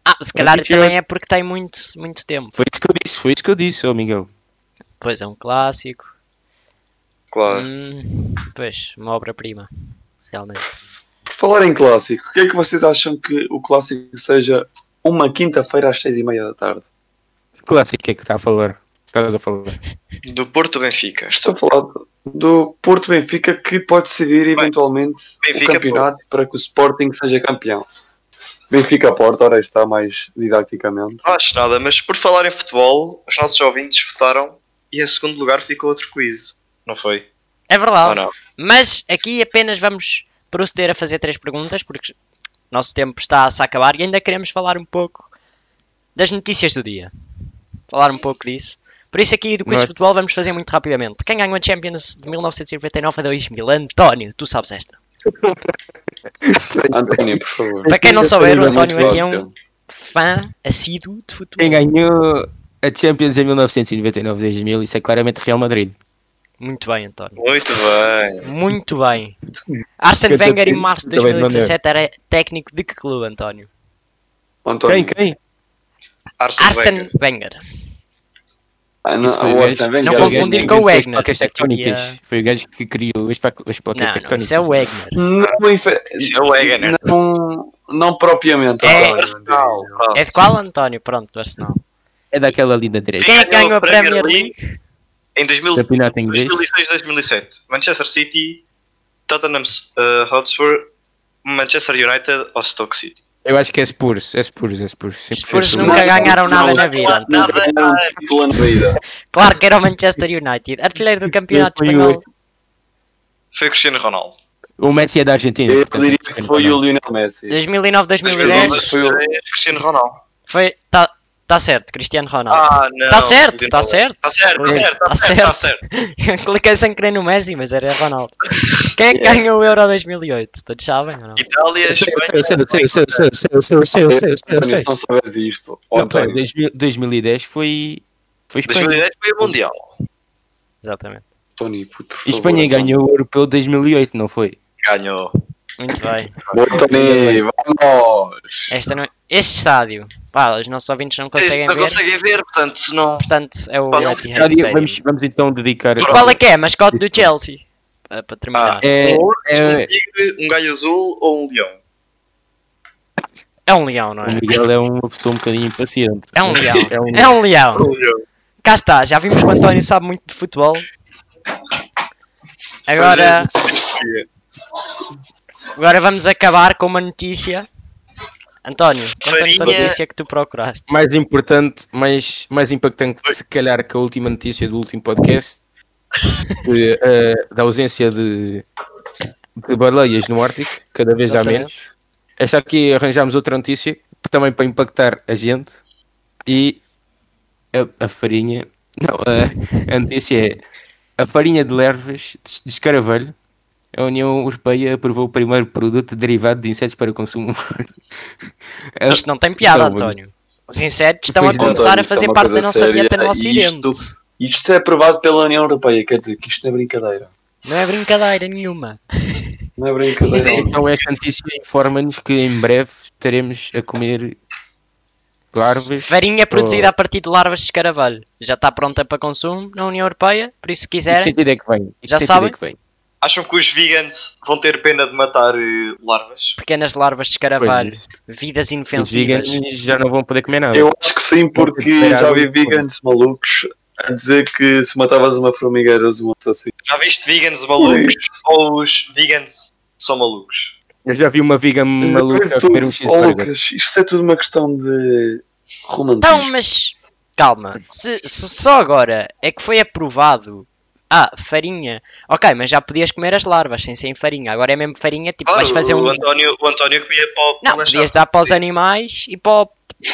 Speaker 1: Ah, se calhar
Speaker 2: Quixote.
Speaker 1: também é porque tem muito, muito tempo.
Speaker 2: Foi isso que eu disse, foi isso que eu disse, ô Miguel.
Speaker 1: Pois é, um clássico.
Speaker 3: Claro.
Speaker 1: Hum, pois, uma obra-prima. Realmente.
Speaker 4: Por falar em clássico, o que é que vocês acham que o clássico seja uma quinta-feira às seis e meia da tarde?
Speaker 2: Que Clássico é que está a falar. Estás a falar.
Speaker 3: Do Porto Benfica.
Speaker 4: Estou a falar do Porto Benfica que pode decidir eventualmente
Speaker 3: Benfica,
Speaker 4: o campeonato para que o Sporting seja campeão. Benfica Porto, ora está mais didaticamente.
Speaker 3: Não acho nada, mas por falar em futebol, os nossos ouvintes votaram e em segundo lugar ficou outro quiz. Não foi?
Speaker 1: É
Speaker 3: Ou
Speaker 1: verdade.
Speaker 3: não?
Speaker 1: Mas aqui apenas vamos proceder a fazer três perguntas, porque nosso tempo está-se a acabar e ainda queremos falar um pouco das notícias do dia. Falar um pouco disso. Por isso aqui do Quiz de
Speaker 2: Right.
Speaker 1: Futebol vamos fazer muito rapidamente. Quem ganhou a Champions de 1999 a 2000? António, tu sabes esta.
Speaker 4: António, por favor.
Speaker 1: Para quem não souber, o
Speaker 4: Muito
Speaker 1: António aqui é
Speaker 4: fácil.
Speaker 1: um fã assíduo de futebol.
Speaker 2: Quem ganhou a Champions em 1999-2000, isso é claramente Real Madrid.
Speaker 1: Muito bem, António.
Speaker 3: Muito bem.
Speaker 1: Muito bem. Arsene
Speaker 2: Canta-
Speaker 1: Wenger em março de
Speaker 2: Canta bem,
Speaker 1: 2017 era técnico de que clube, António?
Speaker 4: António.
Speaker 2: Quem, quem?
Speaker 3: Arsene
Speaker 1: Arsene
Speaker 3: Wenger.
Speaker 1: Wenger.
Speaker 4: Ah, não,
Speaker 2: Isso foi o
Speaker 4: o
Speaker 2: gajo-
Speaker 4: Arsene
Speaker 2: isso
Speaker 1: Não
Speaker 4: Wenger.
Speaker 2: foi o
Speaker 1: confundir
Speaker 2: gajo
Speaker 1: com o
Speaker 2: que criou as
Speaker 1: Wegner,
Speaker 2: placas
Speaker 1: que
Speaker 2: tectónicas.
Speaker 1: tinha-
Speaker 2: Foi o gajo que criou as pa- as placas
Speaker 1: Não, não,
Speaker 2: tectónicas.
Speaker 1: isso é o Wenger.
Speaker 4: Não, infe-
Speaker 3: Isso é o Wegener.
Speaker 4: não, não propriamente.
Speaker 1: É.
Speaker 4: António,
Speaker 3: Arsenal.
Speaker 4: diria eu.
Speaker 3: pronto.
Speaker 1: É de qual, António? Pronto, do Arsenal.
Speaker 2: É daquela linda direita.
Speaker 1: Quem é que ganhou a Premier League?
Speaker 3: Em 2000,
Speaker 2: Campeonato inglês.
Speaker 3: 2006, 2007. Manchester City, Tottenham eh, Hotspur, Manchester United ou Stoke City.
Speaker 2: Eu acho que é Spurs, é Spurs, é Spurs. Sempre
Speaker 1: Os Spurs
Speaker 2: foi
Speaker 1: nunca
Speaker 4: Não,
Speaker 1: ganharam
Speaker 4: não,
Speaker 1: nada
Speaker 4: não,
Speaker 1: na vida. António.
Speaker 3: Nada,
Speaker 4: Era um
Speaker 3: nada.
Speaker 4: título na vida.
Speaker 1: Claro que era o Manchester United. Artilheiro do campeonato
Speaker 2: Foi o-
Speaker 1: espanhol.
Speaker 3: Foi Cristiano Ronaldo.
Speaker 2: O Messi é da Argentina.
Speaker 4: Eu
Speaker 2: portanto,
Speaker 4: diria
Speaker 2: é
Speaker 4: que foi o Lionel Messi.
Speaker 1: 2009-2010
Speaker 4: 2010. foi o-
Speaker 3: Cristiano Ronaldo.
Speaker 1: foi... Tá, tá certo, Cristiano Ronaldo.
Speaker 3: Ah, não.
Speaker 1: Tá certo,
Speaker 3: Cristiano
Speaker 1: tá
Speaker 3: Ronaldo.
Speaker 1: certo.
Speaker 3: Tá certo, tá certo,
Speaker 1: Tá
Speaker 3: tá certo, tá certo.
Speaker 1: Eu cliquei sem querer no Messi, mas era Ronaldo. Quem é que ganhou o Euro 2008? Todos sabem ou não?
Speaker 3: Itália,
Speaker 2: Eu sei,
Speaker 3: Espanha.
Speaker 2: eu sei, eu sei, eu sei, eu sei, eu sei, eu sei, eu sei, eu sei, eu
Speaker 4: António,
Speaker 2: sei.
Speaker 4: se não souberes isto, ó,
Speaker 2: Não, pera,
Speaker 4: António,
Speaker 2: 2000 2010 foi. Foi Espanha.
Speaker 3: 2010 foi o Mundial.
Speaker 1: Exatamente.
Speaker 4: António, puto, por
Speaker 2: E Espanha
Speaker 4: favor,
Speaker 2: ganhou o Europeu de 2008, não foi?
Speaker 3: Ganhou.
Speaker 1: Muito bem.
Speaker 4: Boa, Tony, vamos!
Speaker 1: Esta não- Este estádio. Pá, os nossos ouvintes não conseguem
Speaker 3: não
Speaker 1: ver.
Speaker 3: conseguem ver, portanto, se não.
Speaker 1: Portanto, é o
Speaker 3: Posso-
Speaker 1: Etihad
Speaker 2: Estádio,
Speaker 1: Stadium.
Speaker 2: Vamos, vamos então dedicar.
Speaker 1: E qual é que é a mascote do Chelsea? Para, para terminar.
Speaker 3: Ah,
Speaker 2: É,
Speaker 3: Um ouro, um
Speaker 2: é,
Speaker 3: tigre, um galho azul ou um leão?
Speaker 1: É um leão, não
Speaker 2: o
Speaker 1: é?
Speaker 2: Miguel é uma pessoa um bocadinho impaciente.
Speaker 1: É um leão.
Speaker 2: É um-
Speaker 1: É um leão.
Speaker 3: Um leão.
Speaker 1: Cá está, já vimos que o António sabe muito de futebol. Agora, agora vamos acabar com uma notícia. António, conta-nos a
Speaker 3: Farinha.
Speaker 1: notícia que tu procuraste.
Speaker 2: Mais importante, mais, mais impactante, se calhar, que a última notícia do último podcast que, eh, da ausência de, de baleias no Ártico, cada vez há
Speaker 1: Exatamente.
Speaker 2: menos. Esta aqui arranjámos outra notícia também para impactar a gente e a, a farinha. Não, a, a notícia é a farinha de larvas de, de escaravelho. A União Europeia aprovou o primeiro produto derivado de insetos para consumo. A-
Speaker 1: Isto não tem piada,
Speaker 2: Então,
Speaker 1: António. Os insetos estão a
Speaker 2: Foi-
Speaker 1: começar a
Speaker 4: António,
Speaker 1: fazer
Speaker 4: isto é uma
Speaker 1: parte da
Speaker 4: coisa
Speaker 1: nossa dieta
Speaker 4: séria
Speaker 1: no
Speaker 4: e
Speaker 1: Ocidente.
Speaker 4: isto- Isto é aprovado pela União Europeia, quer dizer que isto não é brincadeira.
Speaker 1: Não é brincadeira nenhuma.
Speaker 4: Não é brincadeira.
Speaker 2: Então esta notícia informa-nos que em breve estaremos a comer larvas.
Speaker 1: Farinha
Speaker 4: Oh.
Speaker 1: produzida a partir de larvas de escaravelho. Já está pronta para consumo na União Europeia, por isso se
Speaker 2: Em que
Speaker 1: quiserem.
Speaker 2: sentido é que vem? Em que
Speaker 1: Já
Speaker 2: sentido
Speaker 1: sabem?
Speaker 2: É que vem?
Speaker 3: Acham que os vegans vão ter pena de matar eh, larvas?
Speaker 1: Pequenas larvas de
Speaker 4: é.
Speaker 1: escaravelho.
Speaker 2: Pois,
Speaker 1: Vidas
Speaker 2: Os
Speaker 1: inofensivas.
Speaker 2: veganos já não vão poder comer nada.
Speaker 4: Eu acho que sim, porque já vi vegans malucos a dizer que se matavas uma formiga eras um assassino.
Speaker 3: Já viste vegans malucos? Ou os vegans são malucos?
Speaker 2: Eu já vi uma vegan maluca a comer um
Speaker 4: Oh,
Speaker 2: cheeseburger.
Speaker 4: Lucas, isto é tudo uma questão de romantismo.
Speaker 1: Então, mas calma, se, se só agora é que foi aprovado. Ah, farinha. Ok, mas já podias comer as larvas sem ser em farinha. Agora é mesmo farinha, tipo,
Speaker 3: Claro,
Speaker 1: vais fazer um.
Speaker 3: o, António, o António comia para o
Speaker 1: Não,
Speaker 3: lanchar.
Speaker 1: podias dar para os animais e para, o-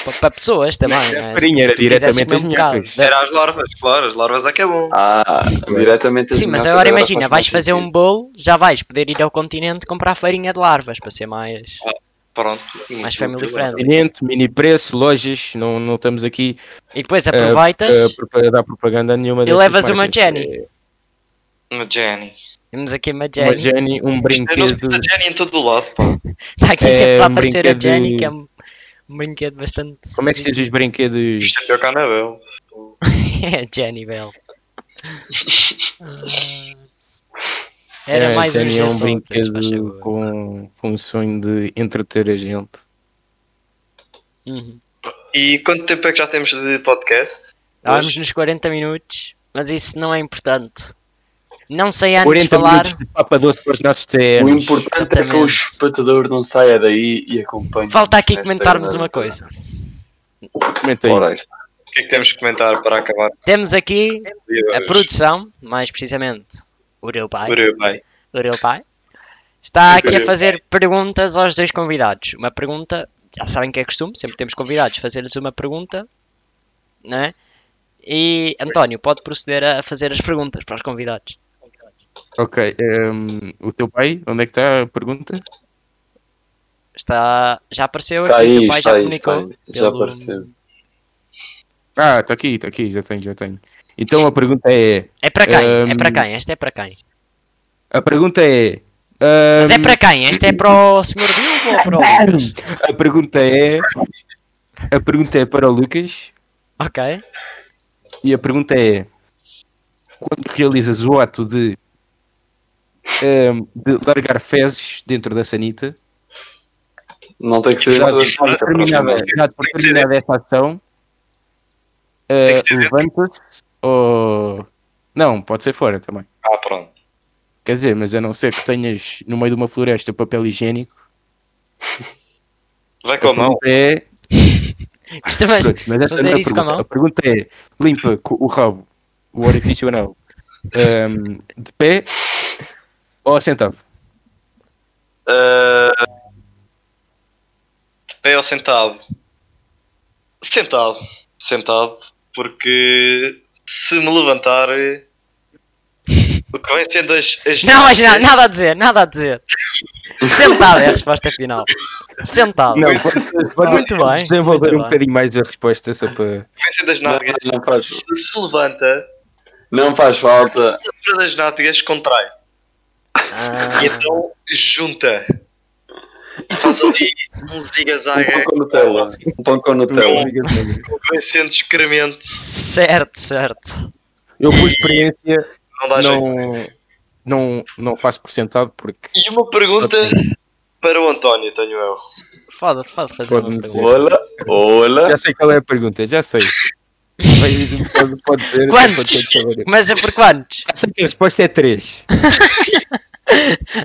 Speaker 1: para, para pessoas também.
Speaker 2: Mas
Speaker 1: não é?
Speaker 2: a farinha
Speaker 1: Se
Speaker 2: era
Speaker 1: tu quiseres
Speaker 2: diretamente
Speaker 1: comer um
Speaker 2: as
Speaker 1: bocado.
Speaker 2: minhocas.
Speaker 3: Era as larvas, claro, as larvas é que é bom.
Speaker 4: Ah, diretamente as
Speaker 1: Sim, mas
Speaker 4: minhocas,
Speaker 1: agora imagina,
Speaker 4: faz
Speaker 1: vais
Speaker 4: mais
Speaker 1: fazer um
Speaker 4: sentido.
Speaker 1: bolo, já vais poder ir ao continente comprar farinha de larvas para ser mais.
Speaker 2: Ah,
Speaker 3: Pronto.
Speaker 1: um- Mais family friendly.
Speaker 2: Continente, mini preço, lojas, não, não estamos aqui
Speaker 1: E depois
Speaker 2: eh,
Speaker 1: aproveitas.
Speaker 2: eh, propa- a dar propaganda a nenhuma
Speaker 1: E
Speaker 2: destas
Speaker 1: levas uma
Speaker 2: marcas. Eh,
Speaker 1: Jenny. Um
Speaker 3: Uma Jenny.
Speaker 1: Temos aqui uma
Speaker 2: Uma
Speaker 1: Jenny.
Speaker 2: Jenny, um
Speaker 3: Eu não
Speaker 2: brinquedo.
Speaker 3: sei a é Jenny em todo o lado, pá.
Speaker 1: Está aqui
Speaker 2: É,
Speaker 1: sempre para
Speaker 2: um
Speaker 1: aparecer a
Speaker 2: brinquedo-
Speaker 1: Jenny, que é um um brinquedo bastante.
Speaker 2: Como é que se diz os brinquedos?
Speaker 3: Isto é o Canabel.
Speaker 1: É Jenny Bell. Era
Speaker 2: É,
Speaker 1: mais
Speaker 2: Jenny é
Speaker 1: urgência,
Speaker 2: um
Speaker 1: outras, faz
Speaker 2: brinquedo
Speaker 1: favor.
Speaker 2: com função de entreter a gente.
Speaker 1: Uhum.
Speaker 3: E quanto tempo é que já temos de podcast?
Speaker 1: Estávamos nos 40 minutos, mas isso não é importante. Não sei antes de
Speaker 2: 40
Speaker 1: falar.
Speaker 2: minutos de papa doce para os nossos
Speaker 4: O
Speaker 2: TMs.
Speaker 4: importante é que o
Speaker 1: Exatamente.
Speaker 4: espectador não saia daí e acompanhe.
Speaker 1: Falta aqui
Speaker 4: esta
Speaker 1: comentarmos
Speaker 4: grande
Speaker 1: uma coisa.
Speaker 2: Comenta aí.
Speaker 4: Ora, isto.
Speaker 3: O que é que temos que comentar para acabar?
Speaker 1: Temos aqui
Speaker 3: o dia de
Speaker 1: a
Speaker 3: hoje?
Speaker 1: produção, mais precisamente Uruguai.
Speaker 3: Uruguai.
Speaker 1: Uruguai. Está aqui a
Speaker 3: Uruguai.
Speaker 1: fazer perguntas aos dois convidados. Uma pergunta, já sabem que é costume, sempre temos convidados, fazer-lhes uma pergunta, não é? E António, pode proceder a fazer as perguntas para os convidados.
Speaker 2: Ok, ehm, o teu pai, onde é que está a pergunta?
Speaker 1: Está, já apareceu
Speaker 4: Está
Speaker 1: aqui, o
Speaker 4: tá aí,
Speaker 1: teu pai
Speaker 4: está
Speaker 1: já
Speaker 4: aí, está
Speaker 1: comunicou.
Speaker 4: aí. Já
Speaker 1: pelo-
Speaker 4: apareceu.
Speaker 2: Ah, está aqui, está aqui, já tenho, já tenho. Então a pergunta é.
Speaker 1: É para quem? É
Speaker 2: Ahm,
Speaker 1: para quem? Esta é para quem?
Speaker 2: A pergunta é.
Speaker 1: Mas é
Speaker 2: ehm,
Speaker 1: para quem? Esta é para o Sr. Bilbo ou para o Lucas?
Speaker 2: A pergunta é. A pergunta é para o Lucas
Speaker 1: Ok.
Speaker 2: e a pergunta é: quando realizas o ato de, ehm, de largar fezes dentro da sanita,
Speaker 4: Não tem que ser.
Speaker 2: Já-
Speaker 4: dentro da
Speaker 3: já
Speaker 4: fábrica,
Speaker 2: terminada,
Speaker 4: propriamente.
Speaker 2: já por
Speaker 3: que ser
Speaker 2: terminada essa ação,
Speaker 3: Tem
Speaker 2: eh,
Speaker 3: que ser dentro.
Speaker 2: levanta-se ou. Não, pode ser fora também.
Speaker 3: Ah, pronto.
Speaker 2: Quer dizer, mas a não ser que tenhas no meio de uma floresta papel higiênico.
Speaker 3: Vai com a mão.
Speaker 2: pergunta É...
Speaker 1: Costumas
Speaker 2: Pronto, mas essa não é
Speaker 1: fazer
Speaker 2: a
Speaker 1: isso com a
Speaker 2: pergunta.
Speaker 1: mão?
Speaker 2: A pergunta é: limpa co- o rabo, o orifício anal, ehm, de pé ou sentado?
Speaker 3: Ah, de pé ou sentado? Sentado. Sentado. Porque se me levantar. eh, O que vem sendo as. as
Speaker 1: Não, mas não, nada a dizer, nada a dizer. Sentado é a resposta final. Sentado.
Speaker 2: Não, pode- pode
Speaker 1: Muito bem,
Speaker 2: desenvolver
Speaker 1: muito
Speaker 2: um
Speaker 1: bem.
Speaker 2: bocadinho mais a resposta só para.
Speaker 3: que vem sendo as nádegas.
Speaker 4: Não, não faz,
Speaker 3: Se se levanta,
Speaker 4: não faz falta.
Speaker 3: a altura das nádegas contrai.
Speaker 1: Ah,
Speaker 3: E então junta. E faz ali um
Speaker 4: Um pão
Speaker 3: zigue-zague
Speaker 4: com Nutella. Um pão com Nutella.
Speaker 3: que vem sendo excremento.
Speaker 1: certo, certo.
Speaker 2: Eu, por experiência,
Speaker 3: Não dá jeito.
Speaker 2: não, não, não faço por sentado porque
Speaker 3: E uma pergunta para o António, tenho eu.
Speaker 1: Foda, foda fazer
Speaker 2: Pode
Speaker 1: uma
Speaker 2: me
Speaker 1: pergunta.
Speaker 2: dizer.
Speaker 4: Olá, olá.
Speaker 2: já sei qual é a pergunta, já sei. Mas Pode, pode ser.
Speaker 1: Quantos?
Speaker 2: pode ser que eu vou-
Speaker 1: Mas é por quantos?
Speaker 2: Já sei que a resposta é 3.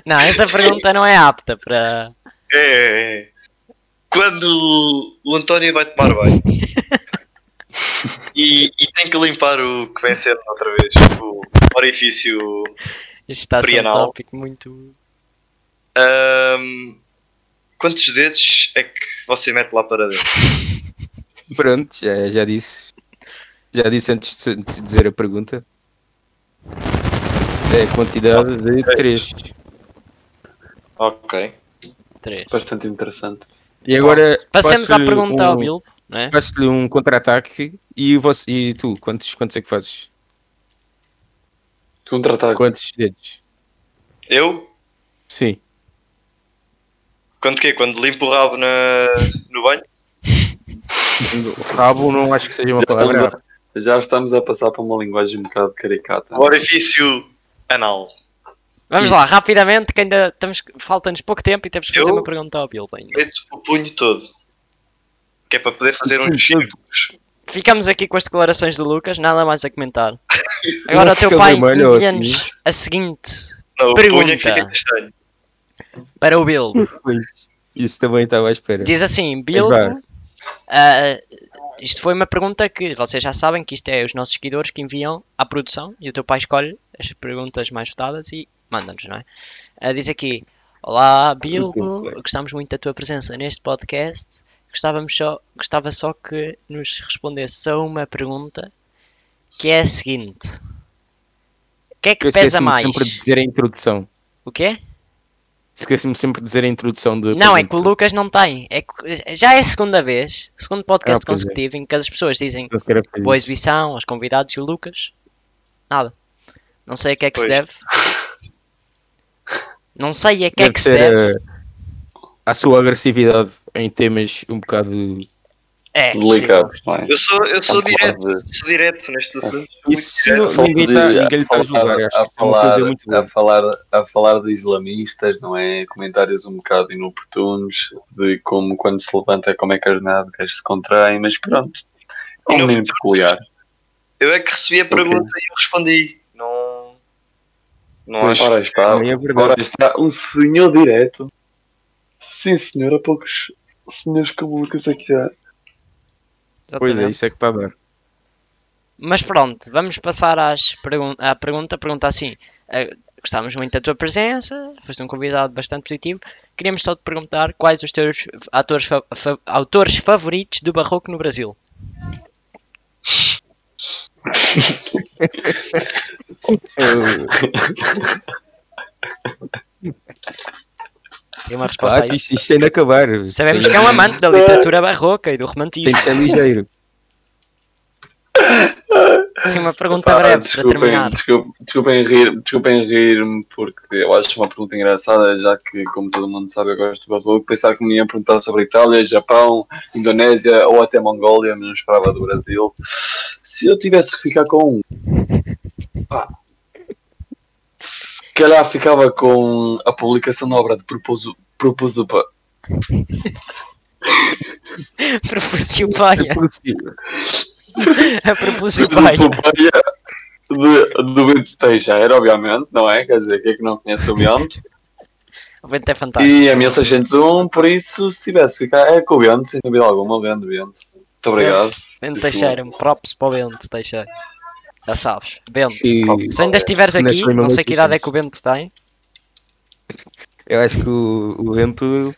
Speaker 1: Não, essa pergunta não é apta para.
Speaker 3: É, é, é. Quando o António vai tomar banho e, e tem que limpar o que vem sendo outra vez, tipo, o orifício.
Speaker 1: Isto está a ser um
Speaker 3: Prienal.
Speaker 1: tópico muito.
Speaker 3: ahm, quantos dedos é que você mete lá para dentro?
Speaker 2: Pronto, já, já disse. Já disse antes de, antes de dizer a pergunta. É a quantidade de 3.
Speaker 3: Ok.
Speaker 1: Três.
Speaker 4: Bastante interessante.
Speaker 2: E agora.
Speaker 1: Passemos à
Speaker 2: faço-lhe
Speaker 1: pergunta
Speaker 2: um,
Speaker 1: ao Bill, não é?
Speaker 2: Faço-lhe um contra-ataque e, você- e tu, quantos, quantos é que fazes?
Speaker 4: Contra-ataque.
Speaker 2: Quantos dedos?
Speaker 3: Eu?
Speaker 2: Sim.
Speaker 3: Quando quê? Quando limpo o rabo na, no banho?
Speaker 2: Rabo não acho que seja uma
Speaker 4: Já estamos,
Speaker 2: palavra.
Speaker 4: a, já estamos a passar para uma linguagem um bocado caricata.
Speaker 3: O orifício anal.
Speaker 1: Vamos
Speaker 2: isso.
Speaker 1: lá, rapidamente, que ainda estamos... falta-nos pouco tempo e temos que fazer
Speaker 3: Eu?
Speaker 1: uma pergunta ao Bill ainda.
Speaker 3: Meto o punho todo. Que é para poder fazer uns círculos.
Speaker 1: Ficamos aqui com as declarações do Lucas, nada mais a comentar. Agora o teu
Speaker 2: fica
Speaker 1: pai
Speaker 2: vermelho, ó,
Speaker 1: envia-nos a seguinte
Speaker 3: Não, o punho é que
Speaker 1: Pergunta.
Speaker 3: fica castanho.
Speaker 1: para o Bill.
Speaker 2: Isso também estava à espera.
Speaker 1: Diz assim, Bill.
Speaker 2: vai.
Speaker 1: ah, isto foi uma pergunta que vocês já sabem que isto é os nossos seguidores que enviam à produção e o teu pai escolhe as perguntas mais votadas e manda-nos, não é? Ah, diz aqui: Olá Bilbo, gostamos muito da tua presença neste podcast. Gostávamos só, gostava só que nos respondesse a uma pergunta que é a seguinte: O que é que
Speaker 2: Eu
Speaker 1: pesa
Speaker 2: esqueço-me
Speaker 1: mais?
Speaker 2: sempre de dizer a introdução.
Speaker 1: O quê?
Speaker 2: Esqueço-me sempre de dizer a introdução do.
Speaker 1: Não, é que o Lucas não tem. É que- já é a segunda vez, segundo podcast
Speaker 2: Ah, pois é.
Speaker 1: consecutivo, em que as pessoas dizem boa exibição aos convidados e o Lucas. Nada. Não sei a que é que se
Speaker 3: Pois.
Speaker 1: deve. Não sei a que é
Speaker 2: Deve
Speaker 1: que se deve.
Speaker 2: ser eh, a, sua agressividade em temas um bocado. eh,
Speaker 1: É, possível.
Speaker 4: Delicados, não é?
Speaker 3: Eu sou, eu sou
Speaker 4: Vamos falar
Speaker 3: direto,
Speaker 4: de-
Speaker 3: sou direto neste assunto.
Speaker 2: Isso
Speaker 3: Muito
Speaker 4: É Falta
Speaker 2: ninguém
Speaker 4: de-
Speaker 2: está ninguém lhe está a
Speaker 4: falar-
Speaker 2: julgar. eu Acho que
Speaker 4: a
Speaker 2: é uma coisa
Speaker 4: falar-
Speaker 2: muito
Speaker 4: a
Speaker 2: boa.
Speaker 4: falar, a falar de islamistas, não é? Comentários um bocado inoportunos de como quando se levanta, como é que as nádegas se contraem, mas pronto. É um menino peculiar.
Speaker 3: Eu é que recebi a pergunta e eu respondi. Não. Não acho.
Speaker 4: Ora está,
Speaker 2: Também é verdade.
Speaker 4: ora está um senhor direto. Sim, senhor, há poucos senhores como o Lucas aqui há.
Speaker 2: Pois é,
Speaker 1: Exatamente.
Speaker 2: isso é que está a dar.
Speaker 1: Mas pronto, vamos passar às pergun à pergunta. Pergunta assim: eh, gostávamos muito da tua presença, foste um convidado bastante positivo. Queríamos só te perguntar quais os teus atores fa- fa- autores favoritos do barroco no Brasil. Tem uma resposta a
Speaker 2: Claro,
Speaker 1: isto.
Speaker 2: Ah, isto, isto tem de acabar.
Speaker 1: Sabemos
Speaker 2: Tem-
Speaker 1: que é um amante da literatura barroca e do romantismo.
Speaker 2: Tem de ser ligeiro.
Speaker 1: Assim, uma pergunta
Speaker 4: Pá,
Speaker 1: breve para
Speaker 4: desculpem,
Speaker 1: terminar.
Speaker 4: desculpem, desculpem rir- desculpem rir-me, porque eu acho uma pergunta engraçada, já que, como todo mundo sabe, eu gosto de barroco. Pensar que me iam perguntar sobre Itália, Japão, Indonésia ou até Mongólia, mas não esperava do Brasil. Se eu tivesse que ficar com um, pá, se calhar ficava com a publicação da obra de Proposu- Proposupa.
Speaker 1: Propúcio Paia. A propúcio Paia.
Speaker 4: Proposupaia de- do Bento Teixeira, obviamente, não é? Quer dizer, quem é que não conhece o Bento?
Speaker 1: O vento é fantástico.
Speaker 4: E a 1601, por isso, se tivesse que ficar, é com o Bento, sem dúvida alguma, o grande Bento. Muito obrigado.
Speaker 1: Bento Teixeira, um props para o Bento Teixeira. Já sabes, Bento.
Speaker 2: E-
Speaker 1: Se ainda estiveres
Speaker 2: Ainda
Speaker 1: aqui,
Speaker 2: sou em
Speaker 1: não sei que idade é
Speaker 2: manutenções.
Speaker 1: que o Bento tem.
Speaker 2: Eu acho que o, o vento. é um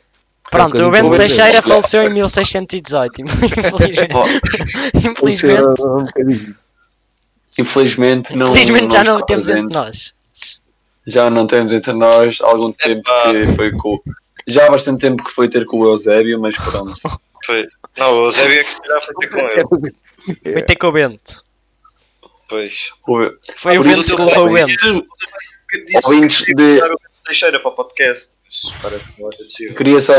Speaker 1: Pronto, o
Speaker 2: bocadinho
Speaker 1: Bento
Speaker 2: pobre.
Speaker 1: Teixeira faleceu em 1618. Infelizmente.
Speaker 4: Bom,
Speaker 1: Infelizmente,
Speaker 2: Um bocadinho.
Speaker 4: infelizmente, não,
Speaker 1: É. infelizmente já não o
Speaker 4: está
Speaker 1: temos entre
Speaker 4: presente.
Speaker 1: nós.
Speaker 4: Já não temos entre nós há algum tempo que foi com. Já há bastante tempo que foi ter com o Eusébio, mas pronto.
Speaker 3: Foi. Não, o Zé Bia que se calhar foi ter com ele.
Speaker 1: Foi ter é com o Bento.
Speaker 3: Pois.
Speaker 4: O-
Speaker 1: Foi o
Speaker 4: Por isso
Speaker 1: Bento
Speaker 4: eu
Speaker 1: que levou o
Speaker 4: falei
Speaker 1: Bento.
Speaker 3: Que disse
Speaker 4: Ouvintes
Speaker 3: que
Speaker 4: de-
Speaker 3: de... o Teixeira para o podcast. Mas parece que não vai ser possível.
Speaker 4: Queria só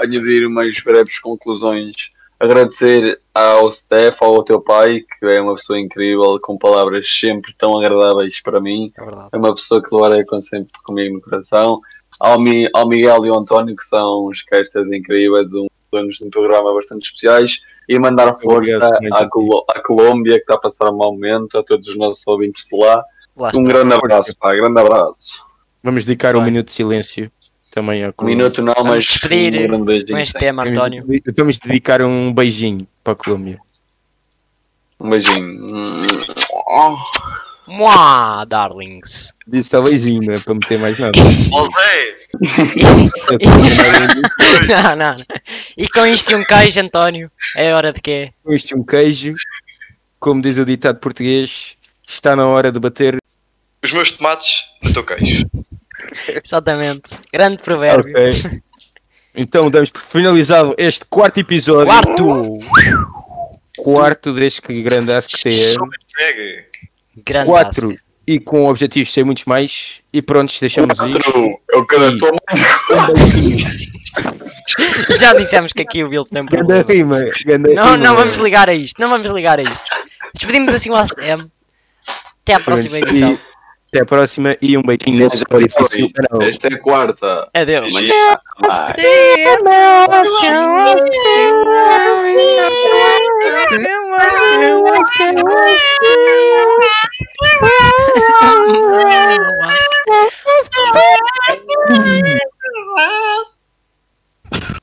Speaker 4: añadir umas breves conclusões. Agradecer ao Steph, ao teu pai, que é uma pessoa incrível, com palavras sempre tão agradáveis para mim.
Speaker 1: É verdade.
Speaker 4: é uma pessoa que levarei com sempre comigo no coração. Ao, Mi- ao Miguel e ao António, que são uns castas incríveis, um, donos de um programa bastante especiais, e mandar força
Speaker 2: Obrigado, muito
Speaker 4: à, Colo- à Colômbia, que está a passar um mau momento, a todos os nossos ouvintes de lá.
Speaker 1: Lá
Speaker 4: Um
Speaker 1: está.
Speaker 4: grande abraço, pá, grande abraço.
Speaker 2: Vamos dedicar um minuto de silêncio também ao
Speaker 4: Um minuto não,
Speaker 1: Vamos
Speaker 4: mas
Speaker 1: despedir
Speaker 4: um grande
Speaker 1: Com
Speaker 4: beijinho.
Speaker 1: este
Speaker 4: sim.
Speaker 1: tema,
Speaker 2: Vamos-
Speaker 1: António.
Speaker 2: Vamos dedicar um beijinho para a Colômbia.
Speaker 4: Um beijinho. Hum. Oh.
Speaker 1: Mua, darlings.
Speaker 2: Disse só beijinho, não é para meter mais nada.
Speaker 3: Ó Zé!
Speaker 1: não, não, não. E com isto e um queijo, António, é hora de quê?
Speaker 2: Com isto um queijo, como diz o ditado português, está na hora de bater.
Speaker 3: Os meus tomates no teu queijo.
Speaker 1: Exatamente. Grande provérbio.
Speaker 2: Ok. Então damos por finalizado este quarto episódio.
Speaker 1: Quarto!
Speaker 2: Quarto deste que grande acho que tem. é
Speaker 3: Segue.
Speaker 1: Grande
Speaker 2: Quatro. E com objetivos de ser muitos mais. E prontos, deixamos isto.
Speaker 4: Outro, É eu quero
Speaker 2: E-
Speaker 4: a tua
Speaker 1: asco. Já dissemos que aqui o Bilbo tem um
Speaker 2: Ganda
Speaker 1: problema.
Speaker 2: rima. Ganda
Speaker 1: Não, não vamos ligar a isto. Não vamos ligar a isto. Despedimos assim o ACM. Até à próxima edição.
Speaker 2: Até à próxima e um beijinho nesse orifício.
Speaker 4: mãe. Esta é a quarta.
Speaker 1: Adeus.
Speaker 4: Mas- Ah.
Speaker 5: Thank you.